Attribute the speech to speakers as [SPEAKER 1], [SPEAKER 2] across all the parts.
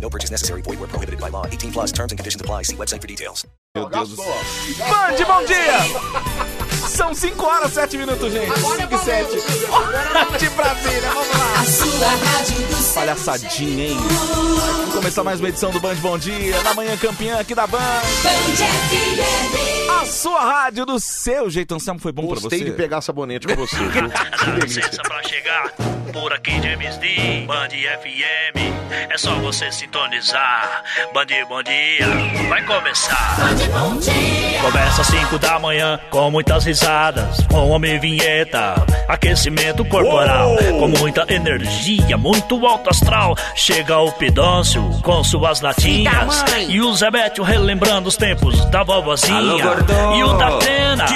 [SPEAKER 1] No purchase necessary. Void where prohibited by law. 18 plus terms and conditions apply. See website for details.
[SPEAKER 2] Meu Deus do céu.
[SPEAKER 3] Band, bom dia! São 5 horas, 7 minutos, gente. 5 e 7. De Brasília, vamos lá. Palhaçadinha, hein? Vamos começar mais uma edição do Band Bom Dia, na manhã campeã aqui da Band. A sua rádio do seu jeito, Anselmo, foi bom pra
[SPEAKER 2] Gostei
[SPEAKER 3] você?
[SPEAKER 2] de pegar sabonete com você, viu? Que delícia.
[SPEAKER 4] licença pra chegar por aqui de MSD, Band FM. É só você sintonizar. Band, bom dia, vai começar. Começa às 5 da manhã com muitas risadas, com homem vinheta, aquecimento corporal, com muita energia, muito alto astral. Chega o Pidócio com suas latinhas e o Zé Bétio relembrando os tempos da vovozinha e o da Atena.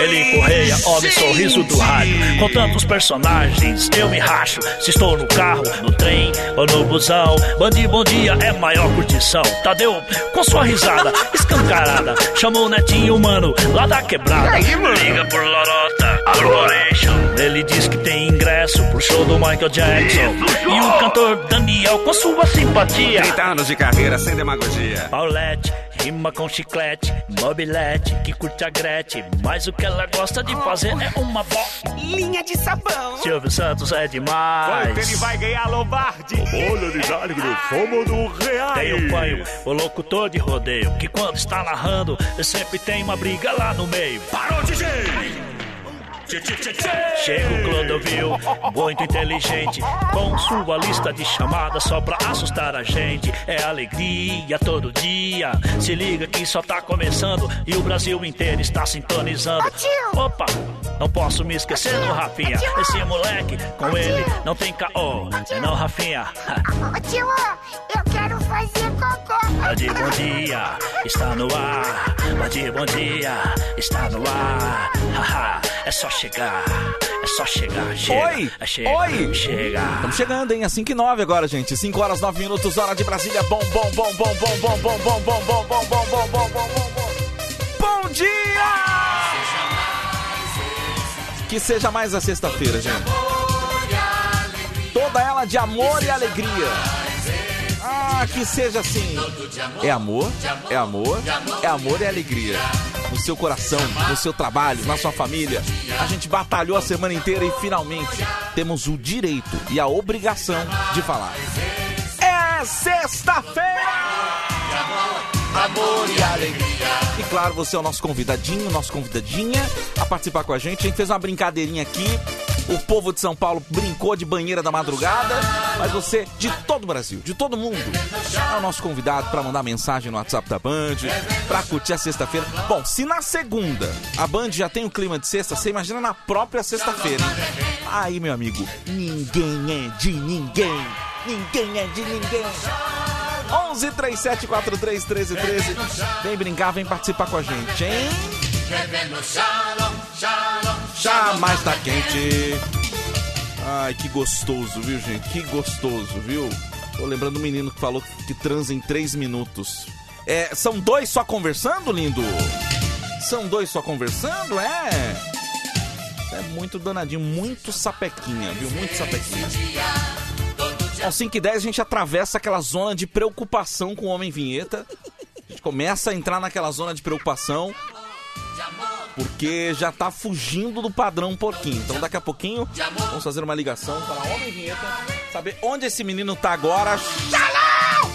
[SPEAKER 4] Ele correia, homem, sorriso do rádio. Com tantos personagens, eu me racho. Se estou no carro, no trem ou no busão. Bandi, bom dia, é maior curtição. Tadeu, com sua risada escancarada, chamou o netinho, mano, lá da quebrada. Liga por Lorota, Corporation. Ele diz que tem ingresso pro show do Michael Jackson. E o cantor Daniel, com sua simpatia.
[SPEAKER 5] 30 anos de carreira sem demagogia.
[SPEAKER 4] Paulette, rima com chiclete, mobilete, que curte a Gretchen. Mas o que ela gosta de fazer é uma bolinha de sabão. Silvio Santos é demais.
[SPEAKER 5] ganhar Lombardi.
[SPEAKER 4] Tem o panho, o locutor de rodeio, que quando está narrando, sempre tem uma briga lá no meio. Parou, DJ! Chega o Clodovil, muito inteligente, com sua lista de chamadas só pra assustar a gente. É alegria todo dia. Se liga que só tá começando e o Brasil inteiro está sintonizando. Opa, não posso me esquecer do Rafinha. Esse moleque, com ele, não tem caô. É não, Rafinha.
[SPEAKER 6] Ô tio, eu quero fazer cocô.
[SPEAKER 4] Bande bom dia, está no ar. Bande bom dia, está no ar. Haha, é só chegar, é só chegar. Chega,
[SPEAKER 3] Oi,
[SPEAKER 4] é chega,
[SPEAKER 3] oi.
[SPEAKER 4] chega.
[SPEAKER 3] Estamos chegando, hein? Às 5 e 9 agora, gente. 5 horas, 9 minutos, hora de Brasília. Bom, bom, bom, bom, bom, bom, bom, bom, bom, bom, bom, bom, bom, bom, bom, bom, bom. Bom dia! Que seja mais a sexta-feira, gente. Toda ela de amor e alegria. Ah, que seja assim. É amor, é amor, é amor e alegria. No seu coração, no seu trabalho, na sua família. A gente batalhou a semana inteira e finalmente temos o direito e a obrigação de falar. É sexta-feira! E claro, você é o nosso convidadinho, nosso convidadinha a participar com a gente. A gente fez uma brincadeirinha aqui. O povo de São Paulo brincou de banheira da madrugada, mas você de todo o Brasil, de todo mundo, é o nosso convidado para mandar mensagem no WhatsApp da Band, para curtir a sexta-feira. Bom, se na segunda a Band já tem o clima de sexta, você imagina na própria sexta-feira. hein? Aí, meu amigo, ninguém é de ninguém. Ninguém é de ninguém. 11 37 43 13 13. Vem brincar, vem participar com a gente, hein? Jamais tá quente. Ai, que gostoso, viu, gente? Que gostoso, viu? Tô lembrando do menino que falou que transa em 3 minutos. É, são dois só conversando, lindo? São dois só conversando, é? É muito danadinho, muito sapequinha, viu? Muito sapequinha. Aos 5 e 10 a gente atravessa aquela zona de preocupação com o Homem Vinheta. A gente começa a entrar naquela zona de preocupação. Porque já tá fugindo do padrão porquinho. Então daqui a pouquinho vamos fazer uma ligação para o Homem Vinheta. Saber onde esse menino tá agora. Xalão!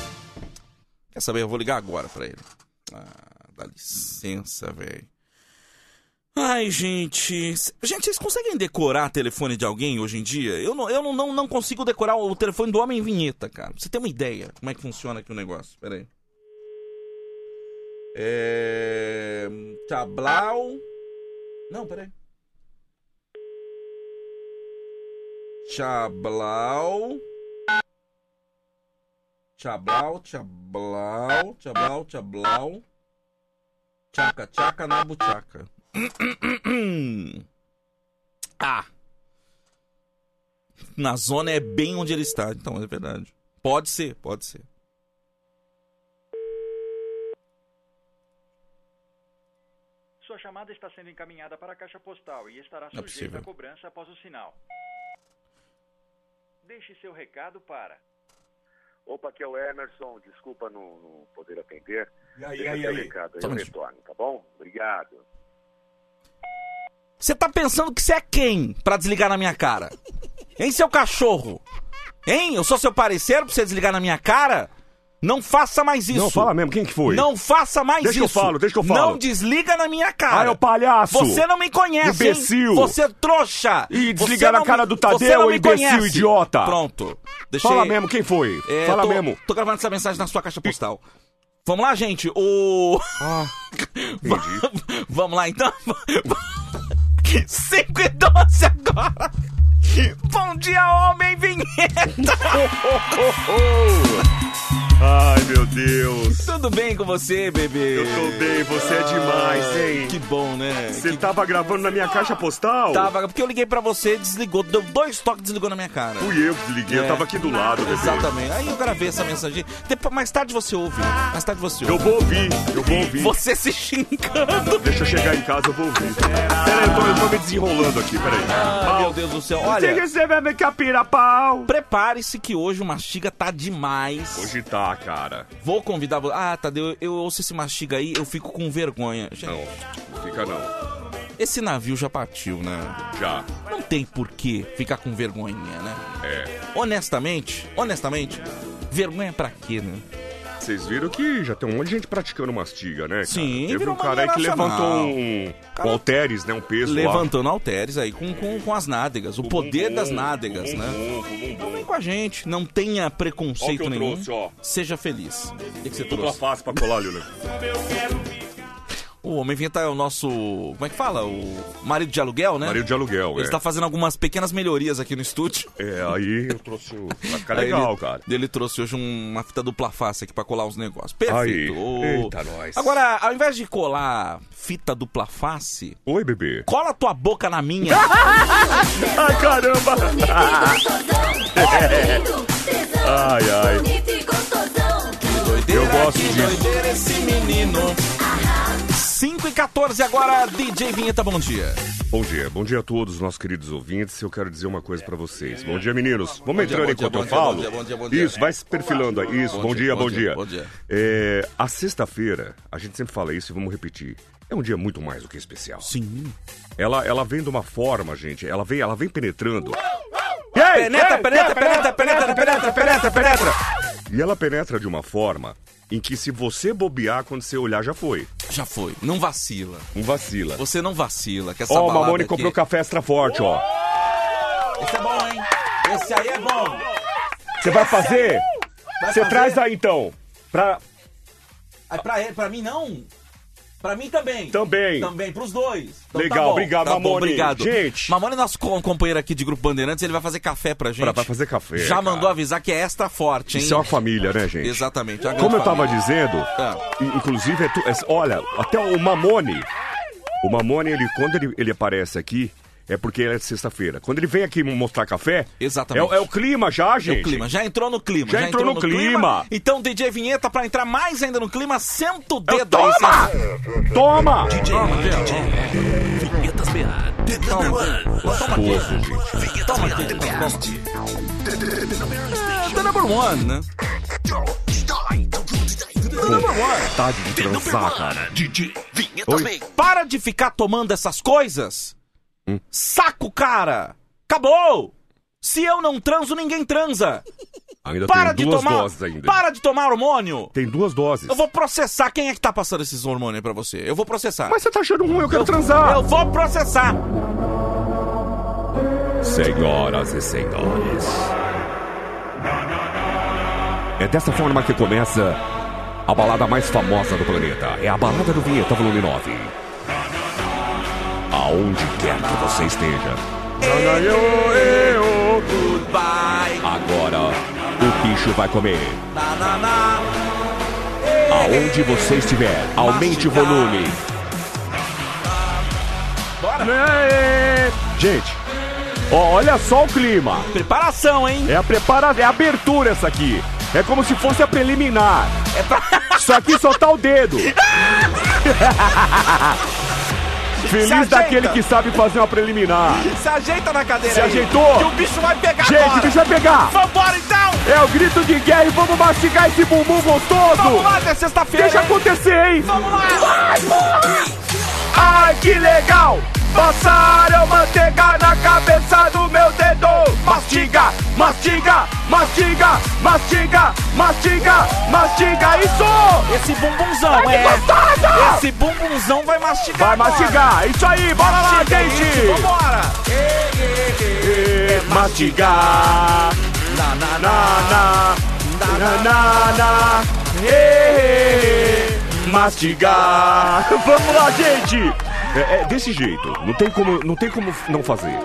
[SPEAKER 3] Quer saber? Eu vou ligar agora pra ele. Ah, dá licença, velho. Ai, gente. C- Gente, vocês conseguem decorar telefone de alguém hoje em dia? Eu não, eu não, não, não consigo decorar o telefone do Homem Vinheta, cara. Pra você tem uma ideia como é que funciona aqui o negócio? Pera aí. É. Tablau. Não, pera aí. Tchablau. Tchablau, tchablau, tchablau, tchablau. Tchaca, tchaca na buchaca. ah! Na zona é bem onde ele está, então é verdade. Pode ser, pode ser.
[SPEAKER 7] Sua chamada está sendo encaminhada para a caixa postal e estará
[SPEAKER 3] Não é
[SPEAKER 7] sujeita
[SPEAKER 3] possível.
[SPEAKER 7] à cobrança após o sinal. Deixe seu recado para.
[SPEAKER 8] Opa, aqui é o Emerson, desculpa não, não poder atender.
[SPEAKER 3] E aí,
[SPEAKER 8] Deixa
[SPEAKER 3] aí,
[SPEAKER 8] seu
[SPEAKER 3] aí?
[SPEAKER 8] recado,
[SPEAKER 3] Tá
[SPEAKER 5] um
[SPEAKER 8] eu
[SPEAKER 3] bom.
[SPEAKER 8] retorno, tá bom? Obrigado.
[SPEAKER 3] Você tá pensando que você é quem pra desligar na minha cara? Hein, seu cachorro? Hein? Eu sou seu parceiro pra você desligar na minha cara? Não faça mais isso.
[SPEAKER 5] Não, fala mesmo, quem que foi?
[SPEAKER 3] Não faça mais
[SPEAKER 5] Deixa
[SPEAKER 3] isso.
[SPEAKER 5] eu falo, deixa eu falo.
[SPEAKER 3] Não desliga na minha cara.
[SPEAKER 5] Ah, é o palhaço.
[SPEAKER 3] Você não me conhece,
[SPEAKER 5] Imbecil.
[SPEAKER 3] Hein? Você é trouxa.
[SPEAKER 5] Ih,
[SPEAKER 3] Você
[SPEAKER 5] desligar
[SPEAKER 3] não
[SPEAKER 5] na cara
[SPEAKER 3] me-
[SPEAKER 5] do Tadeu,
[SPEAKER 3] você não me
[SPEAKER 5] imbecil,
[SPEAKER 3] conhece.
[SPEAKER 5] idiota.
[SPEAKER 3] Pronto. Deixei...
[SPEAKER 5] Fala mesmo, quem foi?
[SPEAKER 3] É,
[SPEAKER 5] fala
[SPEAKER 3] tô,
[SPEAKER 5] mesmo.
[SPEAKER 3] Tô gravando essa mensagem na sua caixa postal. Vamos lá, gente. O...
[SPEAKER 5] Ah,
[SPEAKER 3] Vamos lá, então. 5 e 12 agora. Bom dia, homem vinheta.
[SPEAKER 5] Ai, meu Deus.
[SPEAKER 3] Tudo bem com você, bebê?
[SPEAKER 5] Eu tô bem, você é demais, hein?
[SPEAKER 3] Que bom, né?
[SPEAKER 5] Você tá tava gravando na minha caixa postal?
[SPEAKER 3] Tava, porque eu liguei pra você, desligou, deu dois toques e desligou na minha cara.
[SPEAKER 5] Fui eu que desliguei,
[SPEAKER 3] É.
[SPEAKER 5] eu tava aqui do lado, bebê.
[SPEAKER 3] Exatamente. Aí eu gravei essa mensagem. Depois, mais tarde você ouve. Mais tarde você
[SPEAKER 5] Eu
[SPEAKER 3] ouve.
[SPEAKER 5] vou ouvir, eu vou ouvir.
[SPEAKER 3] Você se xingando.
[SPEAKER 5] Deixa eu chegar em casa, eu vou ouvir. Peraí, eu tô, eu tô me desenrolando aqui, peraí.
[SPEAKER 3] Ah, meu Deus do céu. Olha,
[SPEAKER 5] você vai me capira pau.
[SPEAKER 3] prepare-se que hoje o Mastiga tá demais.
[SPEAKER 5] Hoje tá, cara.
[SPEAKER 3] Vou convidar você. Ah, Tadeu, eu, eu ouço esse mastiga aí, eu fico com vergonha. Gente,
[SPEAKER 5] Não, não fica não.
[SPEAKER 3] Esse navio já partiu, né?
[SPEAKER 5] Já.
[SPEAKER 3] Não tem porquê ficar com vergonhinha, né?
[SPEAKER 5] É.
[SPEAKER 3] Honestamente, honestamente, vergonha pra quê, né?
[SPEAKER 5] Vocês viram que já tem um monte de gente praticando mastiga, né? cara?
[SPEAKER 3] Sim,
[SPEAKER 5] Teve
[SPEAKER 3] virou
[SPEAKER 5] um cara aí
[SPEAKER 3] mania
[SPEAKER 5] que levantou
[SPEAKER 3] nacional.
[SPEAKER 5] um.
[SPEAKER 3] Cara-
[SPEAKER 5] um halteres, né? Um peso lá.
[SPEAKER 3] Levantando halteres aí com, com, com as nádegas, o poder das nádegas, né? Então vem
[SPEAKER 5] né?
[SPEAKER 3] com a gente, não tenha preconceito
[SPEAKER 5] Ó o que eu
[SPEAKER 3] nenhum. Né?
[SPEAKER 5] trouxe, ó.
[SPEAKER 3] Seja fez. O que, que você
[SPEAKER 5] Dupla
[SPEAKER 3] trouxe?
[SPEAKER 5] face pra colar, Lula.
[SPEAKER 3] O Homem Vinheta é o nosso. Como é que fala? O marido de aluguel, né?
[SPEAKER 5] Marido de aluguel,
[SPEAKER 3] Ele
[SPEAKER 5] é.
[SPEAKER 3] está fazendo algumas pequenas melhorias aqui no estúdio.
[SPEAKER 5] É, aí eu trouxe o. Vai ficar
[SPEAKER 3] Aí
[SPEAKER 5] legal,
[SPEAKER 3] ele,
[SPEAKER 5] cara.
[SPEAKER 3] Ele trouxe hoje um- uma fita dupla face aqui pra colar os negócios. Perfeito.
[SPEAKER 5] Aí.
[SPEAKER 3] Ô.
[SPEAKER 5] Eita, nós.
[SPEAKER 3] Agora, ao invés de colar fita dupla face,
[SPEAKER 5] Oi, bebê.
[SPEAKER 3] cola tua boca na minha. Ah,
[SPEAKER 5] Ai, caramba! ai, ai.
[SPEAKER 3] Doideira,
[SPEAKER 5] eu gosto
[SPEAKER 3] que
[SPEAKER 5] disso.
[SPEAKER 3] doideira esse menino. 5 e 14 agora, DJ Vinheta, bom dia.
[SPEAKER 5] Bom dia, bom dia a todos, nossos queridos ouvintes. Eu quero dizer uma coisa pra vocês. Bom dia, meninos. Vamos entrando
[SPEAKER 3] dia, bom
[SPEAKER 5] enquanto
[SPEAKER 3] dia,
[SPEAKER 5] eu
[SPEAKER 3] bom
[SPEAKER 5] falo.
[SPEAKER 3] dia, bom dia, bom dia.
[SPEAKER 5] Isso, vai se perfilando aí. Isso, bom dia, bom dia.
[SPEAKER 3] bom dia.
[SPEAKER 5] É, a sexta-feira, a gente sempre fala isso e vamos repetir. É um dia muito mais do que especial.
[SPEAKER 3] Sim.
[SPEAKER 5] Ela, ela vem de uma forma, gente. Ela vem, ela vem penetrando.
[SPEAKER 3] Penetra, penetra, penetra, penetra, penetra, penetra, penetra.
[SPEAKER 5] E ela penetra de uma forma em que se você bobear quando você olhar, já foi.
[SPEAKER 3] Já foi, não vacila.
[SPEAKER 5] Não vacila.
[SPEAKER 3] Você não vacila, que essa
[SPEAKER 5] Ó, o
[SPEAKER 3] balada
[SPEAKER 5] Mamone
[SPEAKER 3] aqui-
[SPEAKER 5] comprou café extra forte, ó.
[SPEAKER 3] Esse é bom, hein? Esse aí é bom.
[SPEAKER 5] Você vai fazer?
[SPEAKER 3] Vai
[SPEAKER 5] Você
[SPEAKER 3] fazer?
[SPEAKER 5] traz aí então. Pra,
[SPEAKER 3] Ah, pra, ele, pra mim não? Pra mim também.
[SPEAKER 5] Também.
[SPEAKER 3] Também, pros dois. Então tá
[SPEAKER 5] Legal,
[SPEAKER 3] bom.
[SPEAKER 5] obrigado,
[SPEAKER 3] bom,
[SPEAKER 5] Mamone.
[SPEAKER 3] obrigado.
[SPEAKER 5] Gente.
[SPEAKER 3] Mamone é nosso co- companheiro aqui de Grupo Bandeirantes, ele vai fazer café pra gente.
[SPEAKER 5] pra, pra fazer café.
[SPEAKER 3] Já
[SPEAKER 5] cara.
[SPEAKER 3] mandou avisar que é extra forte, hein?
[SPEAKER 5] Isso é uma família, né, gente?
[SPEAKER 3] Exatamente. uma
[SPEAKER 5] Como eu
[SPEAKER 3] grande
[SPEAKER 5] tava
[SPEAKER 3] família.
[SPEAKER 5] dizendo,
[SPEAKER 3] Ah.
[SPEAKER 5] in- inclusive, é tu- é- olha, até o Mamone. O Mamone, ele, quando ele, ele aparece aqui, é porque é sexta-feira. Quando ele vem aqui mostrar café,
[SPEAKER 3] Exatamente.
[SPEAKER 5] É, é o clima já, gente.
[SPEAKER 3] É o clima, já entrou no clima.
[SPEAKER 5] Já entrou no clima.
[SPEAKER 3] Então, DJ Vinheta, pra entrar mais ainda no clima, senta o dedo aí.
[SPEAKER 5] Toma! Toma!
[SPEAKER 3] DJ, DJ.
[SPEAKER 4] Vinhetas BA.
[SPEAKER 3] Toma, toma aqui.
[SPEAKER 5] Gostoso, gente.
[SPEAKER 3] Toma aqui. Toma aqui. É, The number one, né? The number one.
[SPEAKER 5] Vontade de transar, cara.
[SPEAKER 4] DJ Vinhetas
[SPEAKER 5] Oi.
[SPEAKER 4] BA.
[SPEAKER 3] Para de ficar tomando essas coisas.
[SPEAKER 5] Hum.
[SPEAKER 3] Saco, cara. Acabou. Se eu não transo, ninguém transa.
[SPEAKER 5] Ainda
[SPEAKER 3] Para de
[SPEAKER 5] tem duas
[SPEAKER 3] tomar.
[SPEAKER 5] doses ainda.
[SPEAKER 3] Para de tomar hormônio.
[SPEAKER 5] Tem duas doses.
[SPEAKER 3] Eu vou processar. Quem é que tá passando esses hormônios aí pra você? Eu vou processar.
[SPEAKER 5] Mas você tá achando ruim, eu quero transar.
[SPEAKER 3] Eu vou processar.
[SPEAKER 5] Senhoras e senhores. É dessa forma que começa a balada mais famosa do planeta. É a Balada do Vinheta Volume 9. Aonde quer que você esteja.
[SPEAKER 3] Goodbye.
[SPEAKER 5] Agora o bicho vai comer.
[SPEAKER 3] Na, na, na.
[SPEAKER 5] Aonde você estiver, aumente o volume.
[SPEAKER 3] Bora.
[SPEAKER 5] Gente, ó, olha só o clima.
[SPEAKER 3] Preparação, hein?
[SPEAKER 5] É a prepara, é a abertura essa aqui. É como se fosse a preliminar.
[SPEAKER 3] É
[SPEAKER 5] Só que só tá o dedo. Feliz
[SPEAKER 3] ajeita.
[SPEAKER 5] daquele que sabe fazer uma preliminar.
[SPEAKER 3] Se ajeita na cadeira
[SPEAKER 5] Se
[SPEAKER 3] aí,
[SPEAKER 5] ajeitou?
[SPEAKER 3] Que o bicho vai pegar
[SPEAKER 5] Gente,
[SPEAKER 3] agora.
[SPEAKER 5] deixa eu pegar.
[SPEAKER 3] Vambora, então.
[SPEAKER 5] É o grito de guerra e vamos mastigar esse bumbum
[SPEAKER 3] Vamos
[SPEAKER 5] gostoso.
[SPEAKER 3] lá, até sexta-feira.
[SPEAKER 5] Deixa
[SPEAKER 3] hein?
[SPEAKER 5] acontecer, hein?
[SPEAKER 3] Vamos lá.
[SPEAKER 5] Ai, que legal! Passaram manteiga na cabeça do meu dedo! Mastiga, mastiga, mastiga, mastiga, mastiga, mastiga, isso!
[SPEAKER 3] Esse bumbumzão,
[SPEAKER 5] Ai, que
[SPEAKER 3] é.
[SPEAKER 5] gostosa!
[SPEAKER 3] Esse bumbumzão vai mastigar
[SPEAKER 5] Ah. Vai
[SPEAKER 3] agora.
[SPEAKER 5] mastigar, isso aí, bora lá,
[SPEAKER 3] Mastiga, gente,
[SPEAKER 5] gente!
[SPEAKER 3] Vambora.
[SPEAKER 5] É, Mastigar,
[SPEAKER 3] Na, na,
[SPEAKER 5] na, na, na, na, na, é, mastigar. Vamos lá, gente! É, é desse jeito, não tem como, não tem como não fazer.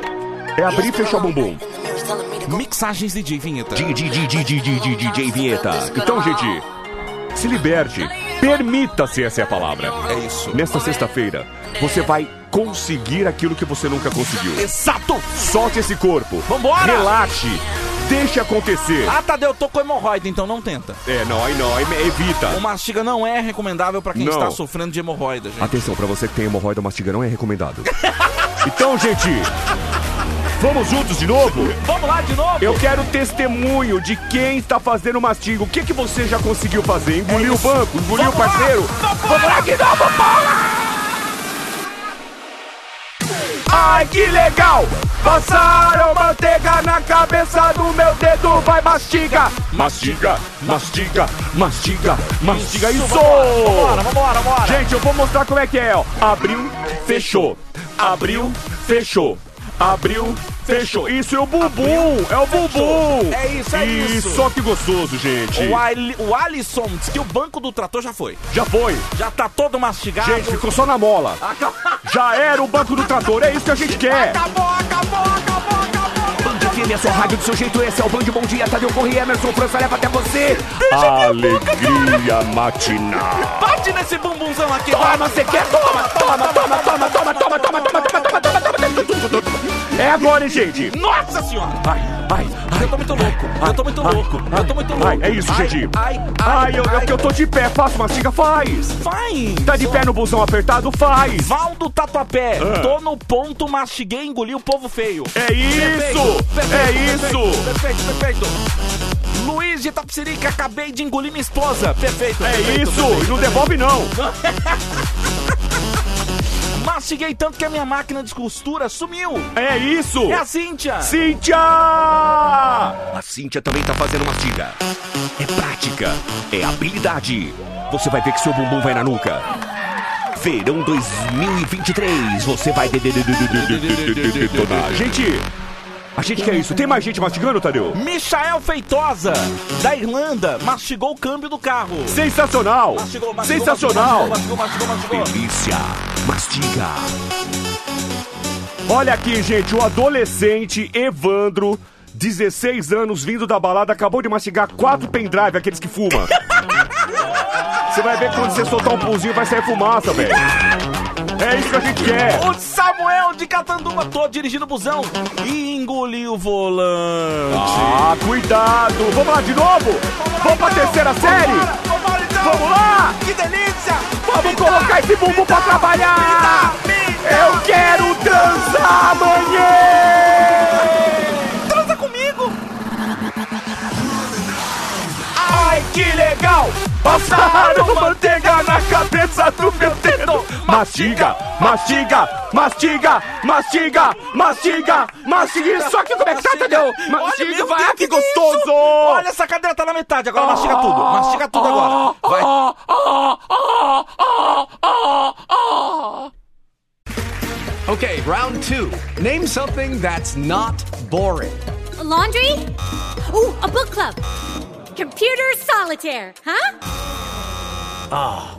[SPEAKER 5] É abrir e fechar o bumbum.
[SPEAKER 3] Mixagens de DJ Vinheta.
[SPEAKER 5] DJ Vinheta. Então, gente, se liberte. assim. Permita-se, essa é a palavra.
[SPEAKER 3] É isso.
[SPEAKER 5] Nesta sexta-feira, você vai conseguir aquilo que você nunca conseguiu.
[SPEAKER 3] Exato.
[SPEAKER 5] Solte esse corpo.
[SPEAKER 3] Vambora!
[SPEAKER 5] Relaxe. Deixe acontecer.
[SPEAKER 3] Ah, Tadeu, eu tô com hemorroida, então não tenta.
[SPEAKER 5] É, não, aí não, aí evita.
[SPEAKER 3] O mastiga não é recomendável pra quem
[SPEAKER 5] Não.
[SPEAKER 3] está sofrendo de hemorroida, gente.
[SPEAKER 5] Atenção, pra você que tem hemorroida, mastiga não é recomendado. Então, gente, vamos juntos de novo?
[SPEAKER 3] Vamos lá de novo.
[SPEAKER 5] Eu quero testemunho de quem está fazendo mastigo. O que, que você já conseguiu fazer? Engoliu o banco? Engoliu o
[SPEAKER 3] Vamos lá!
[SPEAKER 5] parceiro?
[SPEAKER 3] Vamos
[SPEAKER 5] Vamos lá de novo, Paula! Ai, que legal! Passaram manteiga na cabeça do meu dedo, vai mastiga! Mastiga, mastiga, mastiga, mastiga isso!
[SPEAKER 3] Vambora, vambora, vambora.
[SPEAKER 5] Gente, eu vou mostrar como é que é, ó. Abriu, fechou. Abriu, fechou. Abriu, fechou. Isso é o bumbum, é o bumbum.
[SPEAKER 3] É isso, é
[SPEAKER 5] E
[SPEAKER 3] isso.
[SPEAKER 5] Só que gostoso, gente.
[SPEAKER 3] O, Ali, o Alisson disse que o banco do trator já foi.
[SPEAKER 5] Já foi.
[SPEAKER 3] Já tá todo mastigado.
[SPEAKER 5] Gente, ficou só na mola. Já era o banco do trator, é isso que a gente quer.
[SPEAKER 3] Acabou, acabou, acabou, acabou.
[SPEAKER 9] Band FM, essa é a rádio do seu jeito, esse é o Band Bom Dia, Tadeu Corrêa, Emerson França, leva até você.
[SPEAKER 5] Alegria matinal.
[SPEAKER 3] Bate nesse bumbumzão aqui.
[SPEAKER 9] Toma, você quer? Toma, toma, toma, toma, toma, toma, toma, toma, toma, toma, toma, toma, toma, toma.
[SPEAKER 5] É agora, hein, gente.
[SPEAKER 3] Nossa senhora.
[SPEAKER 5] Ai, ai, ai.
[SPEAKER 3] Eu tô muito louco.
[SPEAKER 4] Ah,
[SPEAKER 3] Eu tô muito
[SPEAKER 5] ai,
[SPEAKER 3] louco. Eu tô muito
[SPEAKER 5] Ai,
[SPEAKER 3] louco.
[SPEAKER 5] é isso, gente.
[SPEAKER 3] Ai,
[SPEAKER 5] Ai, eu, eu, que eu tô de pé, faço mastiga, faz.
[SPEAKER 3] Fine.
[SPEAKER 5] Tá de pé no busão apertado, faz.
[SPEAKER 3] Valdo Tatuapé.
[SPEAKER 5] Ah.
[SPEAKER 3] É, Tô no ponto, mastiguei, engoli o povo feio.
[SPEAKER 5] É isso! É isso!
[SPEAKER 3] Perfeito, perfeito. Luiz de Tapsirica, acabei de engolir minha esposa. Perfeito.
[SPEAKER 5] É
[SPEAKER 3] perfeito,
[SPEAKER 5] isso! E não devolve não!
[SPEAKER 3] perfeito. Mastiguei tanto que a minha máquina de costura sumiu.
[SPEAKER 5] É isso!
[SPEAKER 3] É a Cíntia.
[SPEAKER 5] Cíntia! A Cíntia também tá fazendo mastiga. É prática, é habilidade. Você vai ver que seu bumbum vai na nuca. Verão 2023, você vai de- de- de- de- de- de- de- de- de- detonar. Gente, a gente quer isso. Tem mais gente mastigando, Tadeu?
[SPEAKER 3] Michael Feitosa, da Irlanda, mastigou o câmbio do carro.
[SPEAKER 5] Sensacional!
[SPEAKER 3] Mastigou, mastigou,
[SPEAKER 5] Sensacional!
[SPEAKER 3] Mastigou, mastigou, mastigou, mastigou.
[SPEAKER 5] Delícia! Mastiga! Olha aqui, gente, o adolescente Evandro, 16 anos, vindo da balada, acabou de mastigar quatro pendrive, aqueles que fumam. Você vai ver que quando você soltar um pulzinho vai sair fumaça, velho.
[SPEAKER 3] É isso que a gente quer. O Samuel de Catanduba, todo dirigindo o busão e engoliu o volante.
[SPEAKER 5] Ah, cuidado. Vamos lá de novo? Vamos pra terceira série? Vamos lá!
[SPEAKER 3] então. Que delícia!
[SPEAKER 5] Vamos colocar esse bumbum pra trabalhar! Eu quero dançar amanhã!
[SPEAKER 3] Transa comigo!
[SPEAKER 5] Ai, que legal! Passaram manteiga na cabeça do meu dedo! Mastiga, mastiga, mastiga, mastiga, mastiga, mastiga! Isso aqui como é que tá, Tadeu? Mastiga, vai, que gostoso!
[SPEAKER 3] é Olha, essa cadeira tá na metade, agora mastiga tudo. Mastiga tudo agora. Vai.
[SPEAKER 10] Okay, round two. Name something that's not boring.
[SPEAKER 11] laundry? Ooh, a book club. Computer solitaire, huh?
[SPEAKER 10] Ah,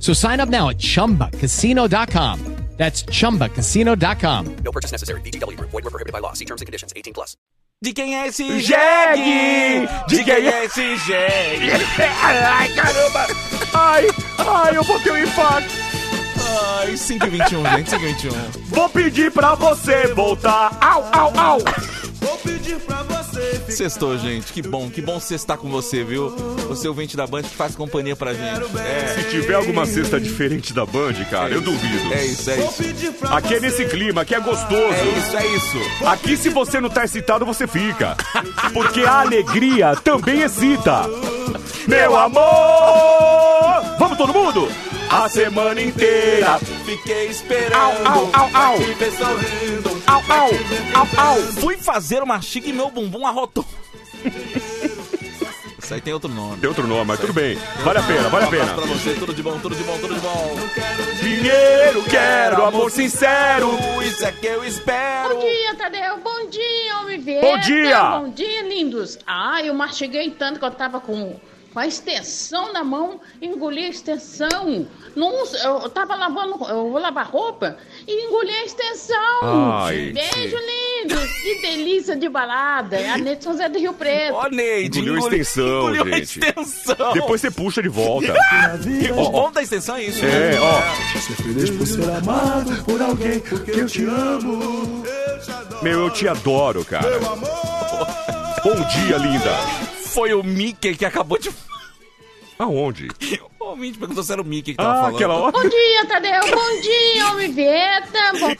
[SPEAKER 12] So sign up now at chumbacasino.com. That's chumbacasino.com.
[SPEAKER 1] No purchase necessary. VGW Group. Void were prohibited by law. See terms and conditions. 18 plus.
[SPEAKER 3] De quem é esse
[SPEAKER 5] Jegue?
[SPEAKER 3] De quem é esse jegue?
[SPEAKER 5] Ai, caramba! Ai, ai, eu vou ter um infarto!
[SPEAKER 3] Ai, 5 e 21, gente, 5 e 21.
[SPEAKER 5] Vou pedir pra você voltar! Au, au, au!
[SPEAKER 3] Vou pedir pra você. Sextou, gente, que bom, que bom sextar com você, viu? Você ouvinte da Band que faz companhia pra gente. É.
[SPEAKER 13] Se tiver alguma cesta diferente da Band, cara, Ah, eu duvido.
[SPEAKER 3] É isso, é isso.
[SPEAKER 13] Aqui é nesse clima, aqui é gostoso.
[SPEAKER 3] É isso, é isso.
[SPEAKER 13] Aqui, se você não tá excitado, você fica. Porque a alegria também excita.
[SPEAKER 5] Meu amor! Vamos todo mundo? A semana inteira!
[SPEAKER 3] Fiquei esperando.
[SPEAKER 5] Au, au, au, au.
[SPEAKER 3] vai te ver sorrindo.
[SPEAKER 5] Au, au, au, au!
[SPEAKER 3] Fui fazer uma chique e meu bumbum arrotou. Isso aí tem outro nome.
[SPEAKER 13] Tem outro nome, mas tudo bem. Vale a pena, vale a
[SPEAKER 3] Um abraço
[SPEAKER 13] pena.
[SPEAKER 3] Pra você, tudo de bom, tudo de bom, tudo de bom.
[SPEAKER 5] Dinheiro quero, amor sincero!
[SPEAKER 3] Isso é que eu espero.
[SPEAKER 14] Bom dia, Tadeu. Bom dia, homem Vieta.
[SPEAKER 5] Bom dia.
[SPEAKER 14] Bom dia, lindos. Ah, eu mastiguei tanto que eu tava com, com a extensão na mão, engoli a extensão. Não, eu eu tava lavando, eu vou lavar roupa e engoli a extensão.
[SPEAKER 13] Ai,
[SPEAKER 14] Beijo, lindos. Que delícia de balada. É A Neto São Zé do Rio Preto.
[SPEAKER 3] Ó, Neide,
[SPEAKER 13] Engoliu a extensão,
[SPEAKER 3] engoliu a
[SPEAKER 13] gente.
[SPEAKER 3] extensão.
[SPEAKER 13] Depois você puxa de volta.
[SPEAKER 3] O bom da extensão é isso,
[SPEAKER 13] É,
[SPEAKER 3] né?
[SPEAKER 13] ó.
[SPEAKER 5] Ser feliz por ser amado por alguém que eu te amo.
[SPEAKER 13] Meu, eu te adoro, cara. Bom dia, linda.
[SPEAKER 3] Foi o Mickey que acabou de.
[SPEAKER 13] Aonde?
[SPEAKER 3] O ouvinte perguntou se era o Mickey que tava
[SPEAKER 13] Ah,
[SPEAKER 3] Tá falando.
[SPEAKER 13] aquela hora.
[SPEAKER 14] Bom dia, Tadeu. Bom dia, homem Vieta. Bom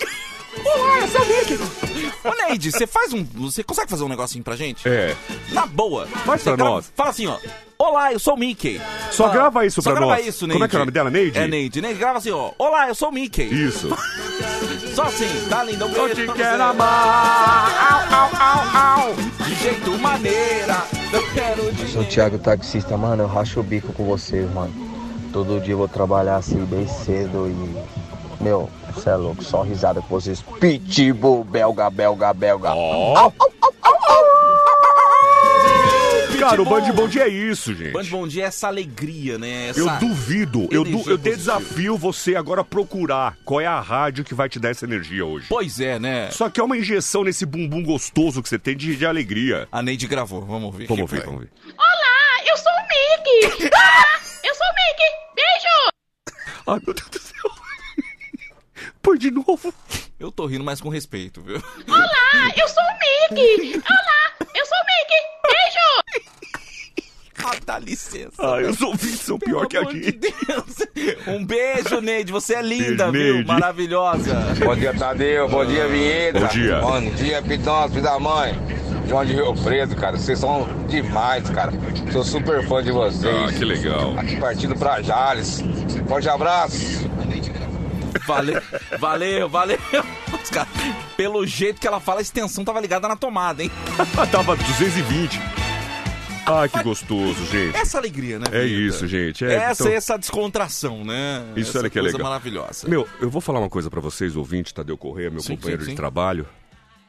[SPEAKER 3] Olá, esse é o Mickey. Ô, Neide, você faz um. Você consegue fazer um negocinho pra gente?
[SPEAKER 13] É.
[SPEAKER 3] Na Tá boa.
[SPEAKER 13] Faz
[SPEAKER 3] Você
[SPEAKER 13] pra
[SPEAKER 3] grava-
[SPEAKER 13] nós.
[SPEAKER 3] Fala assim, ó. Olá, eu sou o Mickey.
[SPEAKER 13] Só
[SPEAKER 3] Fala-
[SPEAKER 13] grava isso
[SPEAKER 3] Só
[SPEAKER 13] pra
[SPEAKER 3] grava
[SPEAKER 13] nós.
[SPEAKER 3] isso, Neide.
[SPEAKER 13] Como é que é o nome dela, Neide?
[SPEAKER 3] É, Neide. Neide, grava assim, ó. Olá, eu sou o Mickey.
[SPEAKER 13] Isso.
[SPEAKER 3] Só assim, tá lindo. Um
[SPEAKER 5] Eu
[SPEAKER 3] beijo
[SPEAKER 5] te
[SPEAKER 3] pra
[SPEAKER 5] quero
[SPEAKER 3] você.
[SPEAKER 5] amar. Au, au, au, au.
[SPEAKER 3] De jeito maneira. Eu quero de
[SPEAKER 15] Sou o Thiago Taxista, mano, eu racho o bico com vocês, mano. Todo dia eu vou trabalhar assim bem cedo e. Meu, cê é louco, só risada com vocês. Pitbull, belga, belga, belga. Au, au, au,
[SPEAKER 13] Cara, o Band Bom Dia é isso, gente.
[SPEAKER 3] Band Bom Dia é essa alegria, né? Essa...
[SPEAKER 13] Eu duvido, eu, du-
[SPEAKER 3] energia
[SPEAKER 13] eu
[SPEAKER 3] positiva.
[SPEAKER 13] desafio você agora a procurar qual é a rádio que vai te dar essa energia hoje.
[SPEAKER 3] Pois é, né?
[SPEAKER 13] Só que é uma injeção nesse bumbum gostoso que você tem de, de alegria.
[SPEAKER 3] A Neide gravou, vamos ouvir.
[SPEAKER 13] Vamos ver, vamos ver.
[SPEAKER 14] Olá, eu sou o Mickey. Ah, eu sou o Mickey. Beijo.
[SPEAKER 13] Ai, meu Deus do céu. Põe de novo.
[SPEAKER 3] Eu tô rindo, mas com respeito, viu?
[SPEAKER 14] Olá, eu sou o Mickey! Olá, eu sou o Mickey! Beijo!
[SPEAKER 3] Ah, dá licença.
[SPEAKER 13] Ai, os ouvintes são pior que a
[SPEAKER 3] Pelo amor de
[SPEAKER 13] gente.
[SPEAKER 3] Deus. Um beijo, Neide. Você é linda,
[SPEAKER 13] Beijo,
[SPEAKER 3] viu?
[SPEAKER 13] Neide.
[SPEAKER 3] Maravilhosa.
[SPEAKER 15] Bom dia, Tadeu. Bom dia, Vinheta.
[SPEAKER 13] Bom dia.
[SPEAKER 15] Bom dia, Pidão, filho da mãe. João de Rio Preto, cara. Vocês são demais, cara. Sou super fã de vocês.
[SPEAKER 13] Ah, legal.
[SPEAKER 15] Aqui partindo pra Jales. Forte abraço.
[SPEAKER 3] Valeu, valeu, valeu. Os caras, pelo jeito que ela fala, a extensão tava ligada na tomada, hein?
[SPEAKER 13] Ah, tava 220. Ai, Ah, que gostoso, gente.
[SPEAKER 3] Essa alegria, né?
[SPEAKER 13] É
[SPEAKER 3] vida?
[SPEAKER 13] isso, gente. É,
[SPEAKER 3] essa
[SPEAKER 13] então-
[SPEAKER 3] essa descontração, né?
[SPEAKER 13] Isso
[SPEAKER 3] essa
[SPEAKER 13] era que é
[SPEAKER 3] coisa
[SPEAKER 13] legal.
[SPEAKER 3] maravilhosa.
[SPEAKER 13] Meu, eu vou falar uma coisa pra vocês, ouvinte tá Tadeu Correia, meu
[SPEAKER 3] Sim,
[SPEAKER 13] companheiro
[SPEAKER 3] sim, sim.
[SPEAKER 13] de trabalho.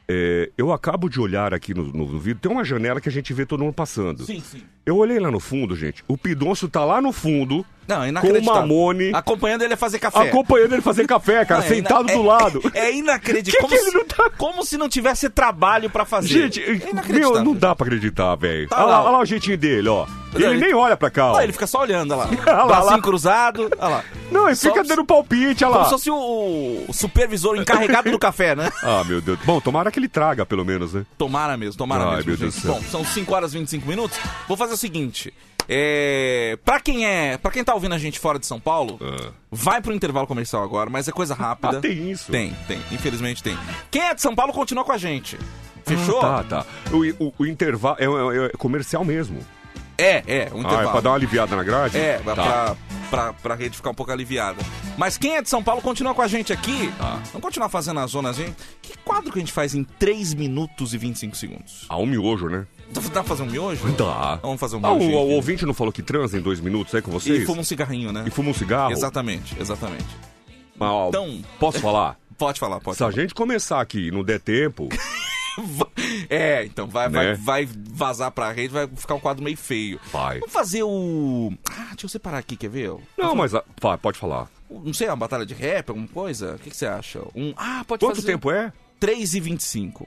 [SPEAKER 13] É, eu acabo de olhar aqui no, no, no vídeo, tem uma janela que a gente vê todo mundo passando.
[SPEAKER 3] Sim, sim.
[SPEAKER 13] Eu olhei lá no fundo, gente. O Pidonço tá lá no fundo.
[SPEAKER 3] Não, é
[SPEAKER 13] com o
[SPEAKER 3] inacreditável.
[SPEAKER 13] Mamone.
[SPEAKER 3] Acompanhando ele a fazer café.
[SPEAKER 13] Acompanhando ele fazer café, cara,
[SPEAKER 3] Não, é ina-
[SPEAKER 13] sentado
[SPEAKER 3] é-
[SPEAKER 13] do lado.
[SPEAKER 3] É inacreditável. como, se, como se não tivesse trabalho pra fazer.
[SPEAKER 13] tá- Gente,
[SPEAKER 3] é inacreditável.
[SPEAKER 13] meu, não dá pra acreditar, velho.
[SPEAKER 3] Tá
[SPEAKER 13] olha,
[SPEAKER 3] lá,
[SPEAKER 13] lá,
[SPEAKER 3] ó.
[SPEAKER 13] olha lá o jeitinho dele, ó. Ele,
[SPEAKER 3] Ele-
[SPEAKER 13] nem olha pra cá, ó.
[SPEAKER 3] Olha lá, ele fica só olhando, olha lá.
[SPEAKER 13] Olha lá,
[SPEAKER 3] Bracinho
[SPEAKER 13] lá.
[SPEAKER 3] cruzado, olha lá.
[SPEAKER 13] Não, ele fica dando palpite, olha
[SPEAKER 3] Como
[SPEAKER 13] lá.
[SPEAKER 3] se fosse o, o supervisor encarregado do café, né?
[SPEAKER 13] Ah, meu Deus. Bom, tomara que ele traga, pelo menos, né?
[SPEAKER 3] Tomara mesmo, tomara
[SPEAKER 13] Ai,
[SPEAKER 3] mesmo,
[SPEAKER 13] meu Deus
[SPEAKER 3] gente.
[SPEAKER 13] do céu.
[SPEAKER 3] Bom, são 5 horas e 25 minutos. Vou fazer o seguinte. É, para quem é, para quem tá ouvindo a gente fora de São Paulo, vai pro intervalo comercial agora, mas é coisa rápida.
[SPEAKER 13] Ah, tem isso?
[SPEAKER 3] Tem, tem, infelizmente tem. Quem é de São Paulo continua com a gente. Fechou?
[SPEAKER 13] Ah, tá, tá. O, o- o intervalo é, é- é comercial mesmo.
[SPEAKER 3] É, é, um
[SPEAKER 13] Ah, é
[SPEAKER 3] intervalo.
[SPEAKER 13] pra dar uma aliviada na grade?
[SPEAKER 3] É,
[SPEAKER 13] Tá.
[SPEAKER 3] pra, pra, pra rede ficar um pouco aliviada. Mas quem é de São Paulo continua com a gente aqui.
[SPEAKER 13] Tá.
[SPEAKER 3] Vamos continuar fazendo a zona, gente. Que quadro que a gente faz em 3 minutos e 25 segundos?
[SPEAKER 13] Ah, um miojo, né?
[SPEAKER 3] Dá pra fazer um miojo?
[SPEAKER 13] Dá.
[SPEAKER 3] Vamos fazer um
[SPEAKER 13] Ah, o,
[SPEAKER 3] miojo,
[SPEAKER 13] o
[SPEAKER 3] gente.
[SPEAKER 13] ouvinte não falou que transa em dois minutos aí com vocês?
[SPEAKER 3] E fuma um cigarrinho, né?
[SPEAKER 13] E fuma um cigarro?
[SPEAKER 3] Exatamente, exatamente.
[SPEAKER 13] Mas, ó,
[SPEAKER 3] Então-
[SPEAKER 13] posso falar?
[SPEAKER 3] Pode falar, pode
[SPEAKER 13] Se a gente começar aqui e não der tempo,
[SPEAKER 3] É, então vai, vai-
[SPEAKER 13] Né?
[SPEAKER 3] vai, vazar pra rede, vai ficar um quadro meio feio.
[SPEAKER 13] vai.
[SPEAKER 3] Vamos fazer o. Ah, deixa eu separar aqui, quer ver?
[SPEAKER 13] Não, mas ah, vai, pode falar.
[SPEAKER 3] Não sei, é uma batalha de rap, alguma coisa? O que, que você acha? Um... Ah, pode
[SPEAKER 13] Quanto
[SPEAKER 3] fazer.
[SPEAKER 13] tempo é?
[SPEAKER 3] 3h25.